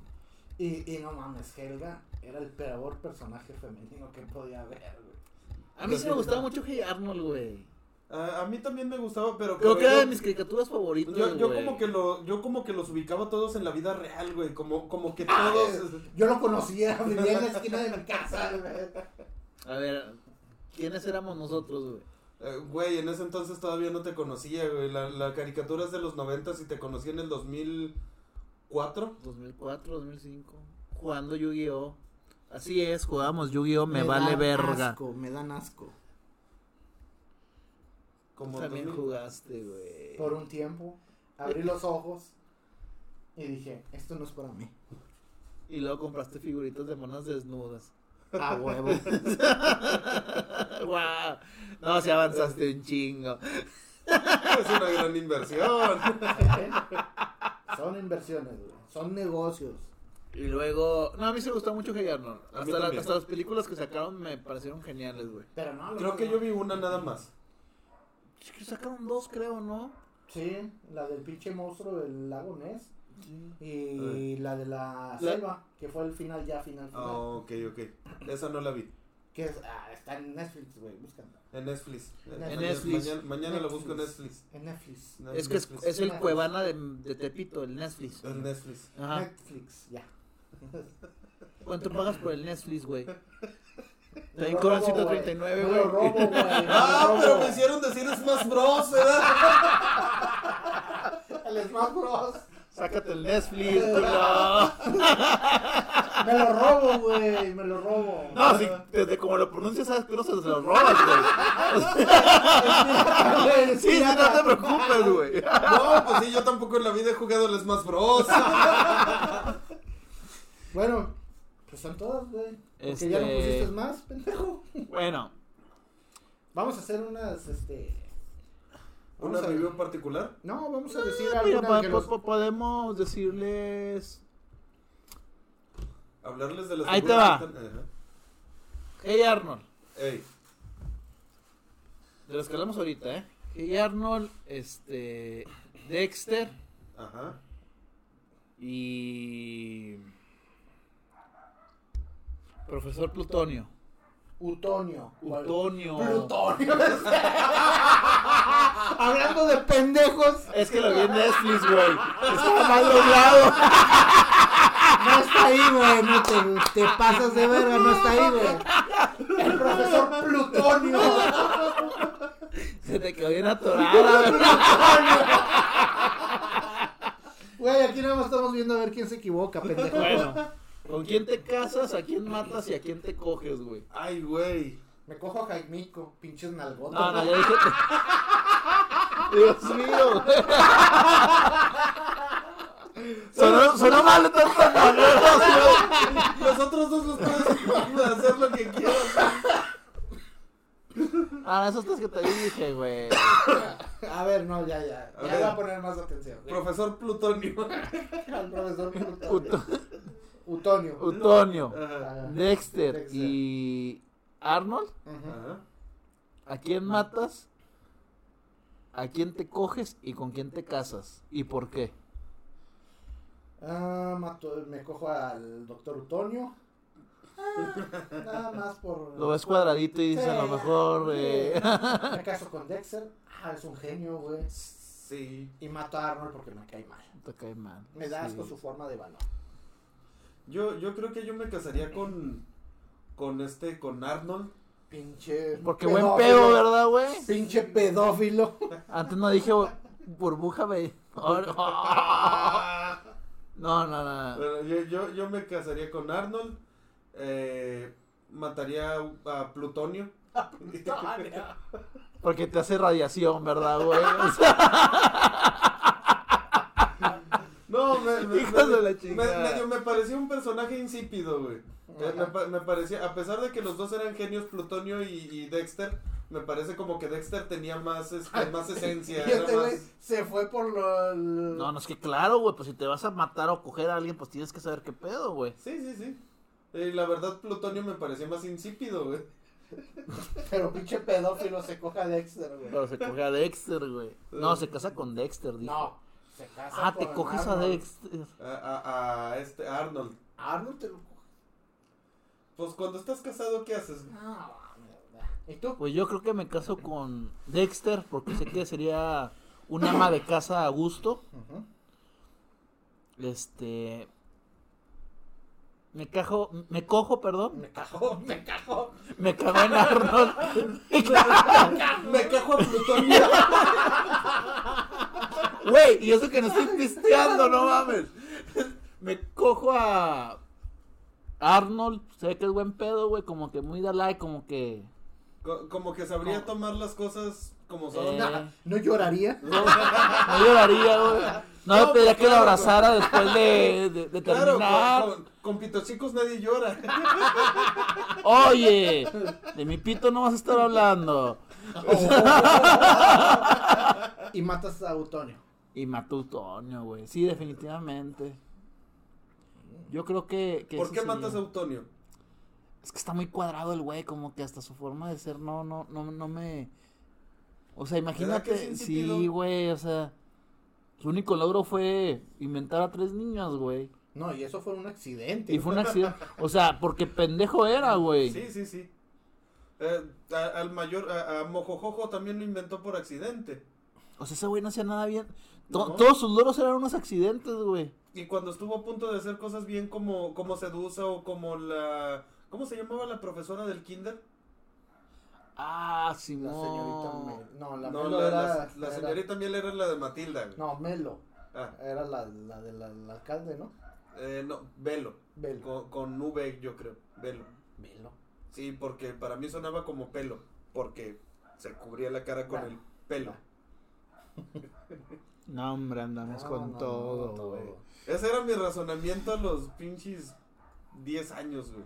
Speaker 3: Y, y no mames, Helga era el peor personaje femenino que podía haber, güey.
Speaker 2: A mí sí me gustaba mucho Hey Arnold, güey.
Speaker 1: Ah, a mí también me gustaba, pero.
Speaker 2: Creo
Speaker 1: pero
Speaker 2: que era de
Speaker 1: yo-
Speaker 2: mis caricaturas favoritas.
Speaker 1: Yo, yo
Speaker 2: güey.
Speaker 1: como que lo, yo como que los ubicaba todos en la vida real, güey, como, como que
Speaker 3: Ah,
Speaker 1: todos.
Speaker 3: Yo lo conocía, vivía en la esquina de mi casa, güey.
Speaker 2: A ver, ¿quiénes éramos nosotros, güey?
Speaker 1: eh, Güey, en ese entonces todavía no te conocía, güey. La, la caricatura es de los 90 y te conocí en el 2004.
Speaker 2: 2004, 2005. Jugando Yu-Gi-Oh. Así es, jugábamos Yu-Gi-Oh, me,
Speaker 3: dan
Speaker 2: vale verga.
Speaker 3: Asco, me dan asco.
Speaker 1: Como
Speaker 2: También
Speaker 1: 2000.
Speaker 2: jugaste, güey.
Speaker 3: Por un tiempo, abrí los ojos y dije, esto no es para mí.
Speaker 2: Y luego compraste figuritas de monas desnudas.
Speaker 3: A huevo.
Speaker 2: ¡Guau! No, si avanzaste un chingo.
Speaker 1: Es una gran inversión.
Speaker 3: Son inversiones, güey. Son negocios.
Speaker 2: Y luego. No, a mí se me gustó mucho Hey Arnold.
Speaker 1: A mí
Speaker 2: Hasta, la-
Speaker 1: también.
Speaker 2: hasta las películas que sacaron me parecieron geniales, güey.
Speaker 3: Pero no, los
Speaker 1: Creo que yo vi una nada más.
Speaker 2: Es que Sacaron dos, creo, ¿no?
Speaker 3: Sí, la del pinche monstruo del lago Ness.
Speaker 2: Eh.
Speaker 3: Y la de la, selva, que fue el final ya, final, final.
Speaker 2: Oh.
Speaker 1: Ah, ok, ok. Esa no la vi.
Speaker 3: Que es, ah, está en Netflix, güey, búscala.
Speaker 1: En Netflix.
Speaker 3: En
Speaker 1: Mañana-
Speaker 2: Netflix.
Speaker 1: Mañana, mañana la busco en Netflix.
Speaker 3: En Netflix.
Speaker 1: No,
Speaker 2: Es que es,
Speaker 1: Netflix. Eh.
Speaker 2: es el Cuevana de, de Tepito, el Netflix.
Speaker 1: En Netflix.
Speaker 2: Ajá.
Speaker 3: Netflix, ya.
Speaker 2: ¿Cuánto pagas por el Netflix, güey?
Speaker 3: Me
Speaker 2: También
Speaker 3: lo
Speaker 2: cobran
Speaker 3: robo,
Speaker 2: 139,
Speaker 3: Me lo
Speaker 2: güey.
Speaker 3: robo, güey.
Speaker 1: Ah, pero me hicieron decir es más bros, ¿verdad?
Speaker 3: El Smash Bros.
Speaker 2: Sácate el Netflix, culo.
Speaker 3: Me lo robo, güey. Me lo robo.
Speaker 2: No, si desde como lo pronuncias sabes que no se lo robas, güey.
Speaker 3: Güey,
Speaker 2: Sí, sí,
Speaker 3: ya
Speaker 2: no te preocupes, güey.
Speaker 1: No, pues sí, yo tampoco en la vida he jugado el Smash Bros.
Speaker 3: Bueno, pues son todas, güey. Porque
Speaker 2: Este-
Speaker 3: ya no pusiste más, pendejo.
Speaker 2: Bueno,
Speaker 3: Vamos a hacer unas, este.
Speaker 1: ¿Una
Speaker 3: vamos a-
Speaker 1: review en particular?
Speaker 3: No, vamos a decir
Speaker 2: mira,
Speaker 3: alguna
Speaker 2: po-
Speaker 3: que
Speaker 2: po-
Speaker 3: los-
Speaker 2: po- podemos decirles.
Speaker 1: Hablarles de las
Speaker 2: Ahí te
Speaker 1: figuras
Speaker 2: va.
Speaker 1: que están- Ajá.
Speaker 2: Hey Arnold,
Speaker 1: Ey,
Speaker 2: de los que hablamos ahorita, ¿eh? Hey Arnold, este. Dexter
Speaker 1: ajá.
Speaker 2: y. Profesor Plutonio.
Speaker 3: Utonio.
Speaker 2: Plutonio.
Speaker 3: Plutonio. Hablando de pendejos,
Speaker 2: Es que lo vi en Netflix, güey. Estaba mal doblado.
Speaker 3: no está ahí, güey. No te, te pasas de verga, no está ahí, güey. El profesor Plutonio.
Speaker 2: Se te quedó bien atorada, ¿verdad?
Speaker 3: Güey, aquí nada más estamos viendo a ver quién se equivoca, pendejo.
Speaker 2: Bueno, ¿con quién te casas, a quién matas y a quién te coges, güey?
Speaker 1: Ay, güey.
Speaker 3: Me cojo a Jaimico, pinches nalgotas.
Speaker 2: No, no, ya dije. Dios mío, güey. Sonó, sonó mal de tantas maneras, güey.
Speaker 1: Los otros dos los puedes hacer lo que quieras.
Speaker 2: Ah, esos tres que te dije, güey.
Speaker 3: A ver, no, ya, ya.
Speaker 1: A
Speaker 3: Ya
Speaker 1: ver.
Speaker 3: voy a poner más atención.
Speaker 1: Profesor Plutonio.
Speaker 3: Al profesor Plutonio.
Speaker 2: Uto-
Speaker 3: Utonio.
Speaker 2: Utonio,
Speaker 1: Ajá.
Speaker 2: Dexter y Arnold.
Speaker 3: Ujú.
Speaker 1: Ajá.
Speaker 2: ¿A quién matas? ¿A quién te coges y con quién te casas? ¿Y por qué?
Speaker 3: Ah, mato- me cojo al doctor Utonio. Ah, nada más por.
Speaker 2: Lo ves cuadradito y dices, a lo mejor. eh,
Speaker 3: Me caso con Dexter. Ah, es un genio, güey.
Speaker 1: Sí.
Speaker 3: Y mato a Arnold porque me cae mal.
Speaker 2: Te cae mal.
Speaker 3: Me da asco
Speaker 1: Sí.
Speaker 3: su forma de balón.
Speaker 1: Yo, yo creo que yo me casaría con. Con este, con Arnold.
Speaker 3: Pinche.
Speaker 2: Porque buen pedo, ¿verdad, güey?
Speaker 3: Pinche pedófilo.
Speaker 2: Antes no dije bu- burbuja, güey. No, no, no. no.
Speaker 1: Bueno, yo, yo, yo me casaría con Arnold. eh, mataría a, a Plutonio.
Speaker 2: Porque te hace radiación, ¿verdad, güey? O sea,
Speaker 1: No, me, me,
Speaker 2: Hijos de la
Speaker 1: me-
Speaker 2: chingada.
Speaker 1: me- medio me parecía un personaje insípido, güey. Eh, Me,
Speaker 3: Ajá.
Speaker 1: pa- me parecía, a pesar de que los dos eran genios, Plutonio y, y Dexter, me parece como que Dexter tenía más, este, más
Speaker 3: Y
Speaker 1: esencia. era
Speaker 3: este güey
Speaker 1: más-
Speaker 3: se fue por lo.
Speaker 2: no, no, es que claro, güey, pues si te vas a matar o coger a alguien, pues tienes que saber qué pedo, güey.
Speaker 1: Sí, sí, sí. Eh, la verdad, Plutonio me parecía más insípido, güey.
Speaker 3: Pero pinche pedófilo se coja a Dexter, güey.
Speaker 2: Pero se coge a Dexter, güey. No, se casa con Dexter, dijo.
Speaker 3: No. Se casa
Speaker 2: ah, te
Speaker 3: con
Speaker 2: coges a
Speaker 3: Arnold.
Speaker 2: Dexter.
Speaker 1: A, a, a este Arnold.
Speaker 3: Arnold te lo coge.
Speaker 1: Pues cuando estás casado, ¿qué haces?
Speaker 3: No, mierda. ¿Y tú?
Speaker 2: Pues yo creo que me caso con Dexter, porque sé que sería una ama de casa a gusto. Este. Me cajo. Me cojo, perdón.
Speaker 3: Me cajó, me cajó.
Speaker 2: Me cago en Arnold. Me cago-
Speaker 1: Me cajo a Plutonio.
Speaker 2: Güey, y eso que no estoy pisteando, no mames. Me cojo a. Arnold, sé que es buen pedo, güey. Como que muy Dalai, como que.
Speaker 1: Co- como que sabría
Speaker 2: Como-
Speaker 1: tomar las cosas como son.
Speaker 2: Eh.
Speaker 3: Nah, ¿No lloraría?
Speaker 2: No, no lloraría, güey. No,
Speaker 1: No,
Speaker 2: me pediría
Speaker 1: pues,
Speaker 2: que lo
Speaker 1: claro,
Speaker 2: abrazara después de, de- de
Speaker 1: Claro,
Speaker 2: terminar.
Speaker 1: con, con- con pitos chicos nadie llora.
Speaker 2: Oye, de mi pito no vas a estar hablando.
Speaker 3: Y matas a Utonio.
Speaker 2: Y mató a Utonio, güey. Sí, definitivamente. Yo creo que. que
Speaker 1: ¿Por
Speaker 2: sí
Speaker 1: qué
Speaker 2: sería.
Speaker 1: matas a Utonio?
Speaker 2: Es que está muy cuadrado el güey, como que hasta su forma de ser no, no, no, no me. O sea,
Speaker 1: ¿Verdad que es
Speaker 2: imagínate.
Speaker 1: insípido?
Speaker 2: Sí, güey, o sea. Su único logro fue inventar a tres niñas, güey.
Speaker 3: No, y eso fue un accidente.
Speaker 2: Y fue un accidente. O sea, porque pendejo era, güey.
Speaker 1: Sí, sí, sí. Eh, a- al mayor, a, a Mojojojo también lo inventó por accidente.
Speaker 2: O sea, ese güey no hacía nada bien. To-
Speaker 1: No.
Speaker 2: Todos sus logros eran unos accidentes, güey.
Speaker 1: Y cuando estuvo a punto de hacer cosas bien como, como Sedusa o como la... ¿Cómo se llamaba la profesora del kinder?
Speaker 2: Ah,
Speaker 3: La
Speaker 2: Simón.
Speaker 3: señorita Mel- No, la
Speaker 1: no,
Speaker 3: Melo
Speaker 1: la,
Speaker 3: era.
Speaker 1: la- la
Speaker 3: era-
Speaker 1: señorita Miel era la de Matilda. güey.
Speaker 3: No, Melo.
Speaker 1: Ah,
Speaker 3: Era la, la del alcalde, ¿no?
Speaker 1: eh, no, Velo.
Speaker 3: Velo.
Speaker 1: Con, con V, yo creo. Velo.
Speaker 3: Velo.
Speaker 1: Sí, porque para mí sonaba como pelo. Porque se cubría la cara con
Speaker 3: Nah.
Speaker 1: el pelo.
Speaker 2: No, hombre, andamos con todo, güey.
Speaker 1: Ese era mi razonamiento a los pinches 10 años, güey.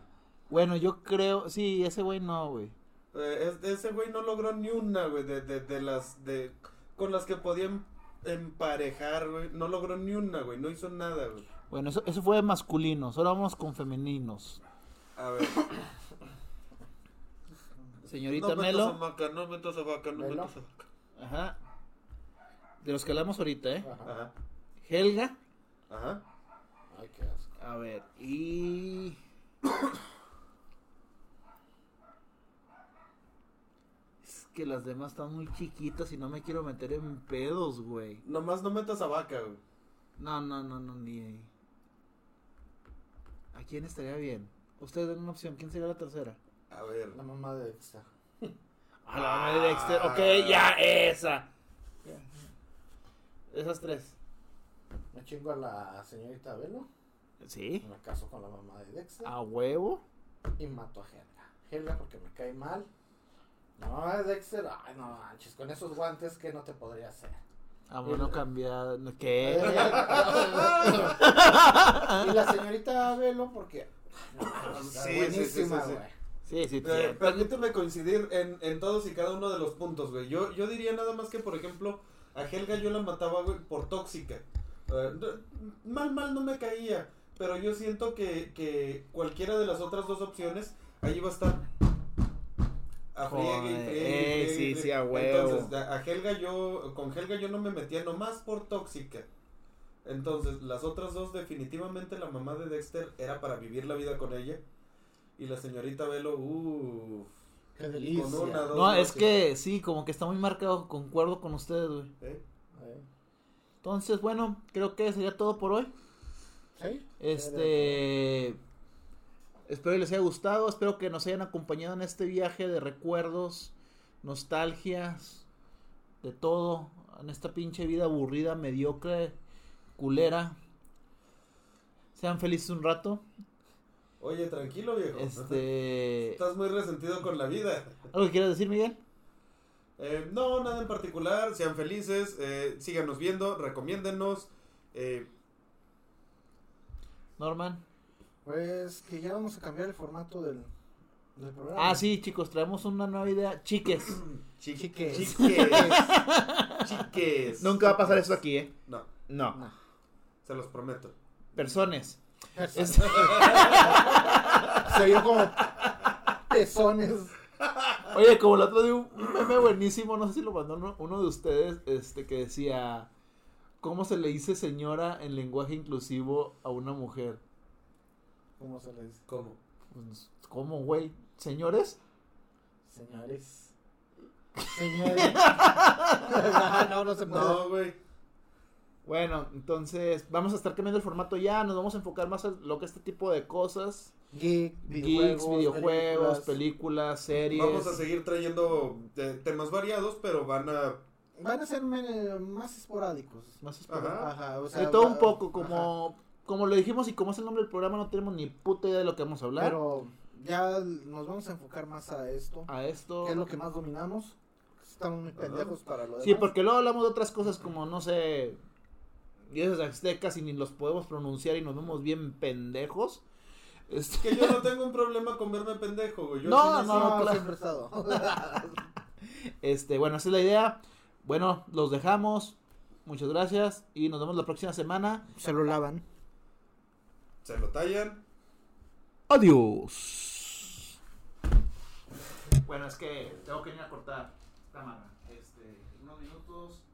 Speaker 2: Bueno, yo creo. Sí, ese güey no, güey.
Speaker 1: Eh, es- ese güey no logró ni una, güey, de, de, de las de con las que podían emparejar, güey. No logró ni una, güey. No hizo nada, güey.
Speaker 2: Bueno, eso, eso fue de masculinos. Ahora vamos con femeninos.
Speaker 1: A ver.
Speaker 2: Señorita
Speaker 1: no metas a
Speaker 2: Melo.
Speaker 1: Maca, no metas a Vaca, no
Speaker 3: Melo.
Speaker 1: metas a Vaca.
Speaker 2: Ajá. De los que hablamos ahorita, ¿eh?
Speaker 3: Ajá.
Speaker 1: Ajá,
Speaker 2: Helga.
Speaker 1: ajá.
Speaker 3: Ay, qué asco.
Speaker 2: A ver, y. es que las demás están muy chiquitas y no me quiero meter en pedos, güey.
Speaker 1: Nomás no metas a Vaca, güey.
Speaker 2: No, no, no, no, ni ahí. ¿A quién estaría bien? Ustedes den una opción. ¿Quién sería la tercera?
Speaker 1: A ver.
Speaker 3: La mamá de Dexter.
Speaker 2: A la madre de Dexter. Ok, ya, esa. Ya. Esas tres.
Speaker 3: Me chingo a la señorita Velo.
Speaker 2: ¿Sí?
Speaker 3: Me caso con la mamá de Dexter.
Speaker 2: ¿A huevo?
Speaker 3: Y mato a Helga. Helga porque me cae mal. La mamá de Dexter. Ay, no manches. Con esos guantes que no te podría hacer.
Speaker 2: A mano cambiada.
Speaker 3: Eh,
Speaker 2: ¿Qué?
Speaker 3: y la señorita Velo porque. No, manches, está
Speaker 1: Sí, sí, sí,
Speaker 3: buenísima,
Speaker 1: sí, sí.
Speaker 3: güey.
Speaker 2: Sí, sí,
Speaker 1: Eh,
Speaker 2: sí.
Speaker 1: permíteme coincidir en, en todos y cada uno de los puntos, güey. Yo, yo diría nada más que, por ejemplo, a Helga yo la mataba, güey, por tóxica. Eh, no- mal, mal no me caía. Pero yo siento que, que cualquiera de las otras dos opciones, ahí va a estar. A friegue y
Speaker 2: Joder,
Speaker 1: friegue y
Speaker 2: eh,
Speaker 1: friegue y
Speaker 2: sí,
Speaker 1: friegue.
Speaker 2: sí, a huevo.
Speaker 1: Entonces, a, a Helga yo, con Helga yo no me metía nomás por tóxica. Entonces, las otras dos, definitivamente la mamá de Dexter era para vivir la vida con ella. Y la señorita Velo, uff.
Speaker 3: Qué delicia.
Speaker 1: Con una, dos.
Speaker 2: No, es
Speaker 1: sí.
Speaker 2: que sí, como que está muy marcado, concuerdo con ustedes, güey.
Speaker 1: ¿eh?
Speaker 3: Eh,
Speaker 2: Entonces, bueno, creo que sería todo por hoy.
Speaker 3: ¿Sí?
Speaker 2: Este. Espero que les haya gustado, espero que nos hayan acompañado en este viaje de recuerdos, nostalgias, de todo, en esta pinche vida aburrida, mediocre, culera. Sean felices un rato.
Speaker 1: Oye, tranquilo, viejo.
Speaker 2: Este.
Speaker 1: Estás muy resentido con la vida.
Speaker 2: ¿Algo que quieras decir, Miguel?
Speaker 1: Eh, no, nada en particular. Sean felices. eh, síganos viendo. Recomiéndennos. eh,
Speaker 2: Norman.
Speaker 3: Pues que ya vamos a cambiar el formato del, del programa.
Speaker 2: Ah, sí, chicos, traemos una nueva idea. Chiques.
Speaker 1: chi-
Speaker 3: Chiques.
Speaker 1: Chiques. Chiques.
Speaker 2: Nunca va a pasar eso aquí, ¿eh?
Speaker 1: No,
Speaker 2: No.
Speaker 3: No.
Speaker 1: se los prometo.
Speaker 2: Personas.
Speaker 3: Es- Se vio como pezones.
Speaker 2: Oye, como el otro día un un meme buenísimo, no sé si lo mandó uno, uno de ustedes, este, que decía, ¿cómo se le dice señora en lenguaje inclusivo a una mujer?
Speaker 3: ¿Cómo se le dice?
Speaker 1: ¿Cómo?
Speaker 2: Pues, ¿Cómo, güey? ¿Señores?
Speaker 3: Señores. Señores. Ah, no, no, no se puede.
Speaker 1: No, güey.
Speaker 2: Bueno, entonces vamos a estar cambiando el formato ya, nos vamos a enfocar más en lo que este tipo de cosas.
Speaker 3: Geek,
Speaker 2: Geeks, videojuegos, películas, series.
Speaker 1: Vamos a seguir trayendo eh, temas variados, pero van a.
Speaker 3: Van a ser eh, más esporádicos.
Speaker 2: Más
Speaker 1: Ajá.
Speaker 3: Ajá, o sea,
Speaker 2: De todo
Speaker 3: va-
Speaker 2: un poco, como, como lo dijimos y como es el nombre del programa, no tenemos ni puta idea de lo que vamos a hablar.
Speaker 3: Pero ya nos vamos a enfocar más a esto.
Speaker 2: a esto.
Speaker 3: Que es Ah, lo que más dominamos. Estamos muy pendejos para lo demás.
Speaker 2: Sí, porque luego hablamos de otras cosas como, no sé, dioses aztecas y ni los podemos pronunciar y nos vemos bien pendejos. Este,
Speaker 1: Que yo no tengo un problema con verme pendejo, güey. Yo
Speaker 2: No,
Speaker 1: sí nací-
Speaker 3: No,
Speaker 2: No, claro.
Speaker 3: siempre he estado.
Speaker 2: este, bueno, esa es la idea. Bueno, los dejamos. Muchas gracias y nos vemos la próxima semana.
Speaker 3: Se lo lavan.
Speaker 1: Se lo tallan.
Speaker 2: Adiós. Bueno, es que tengo que ir a cortar cámara. Este, unos minutos.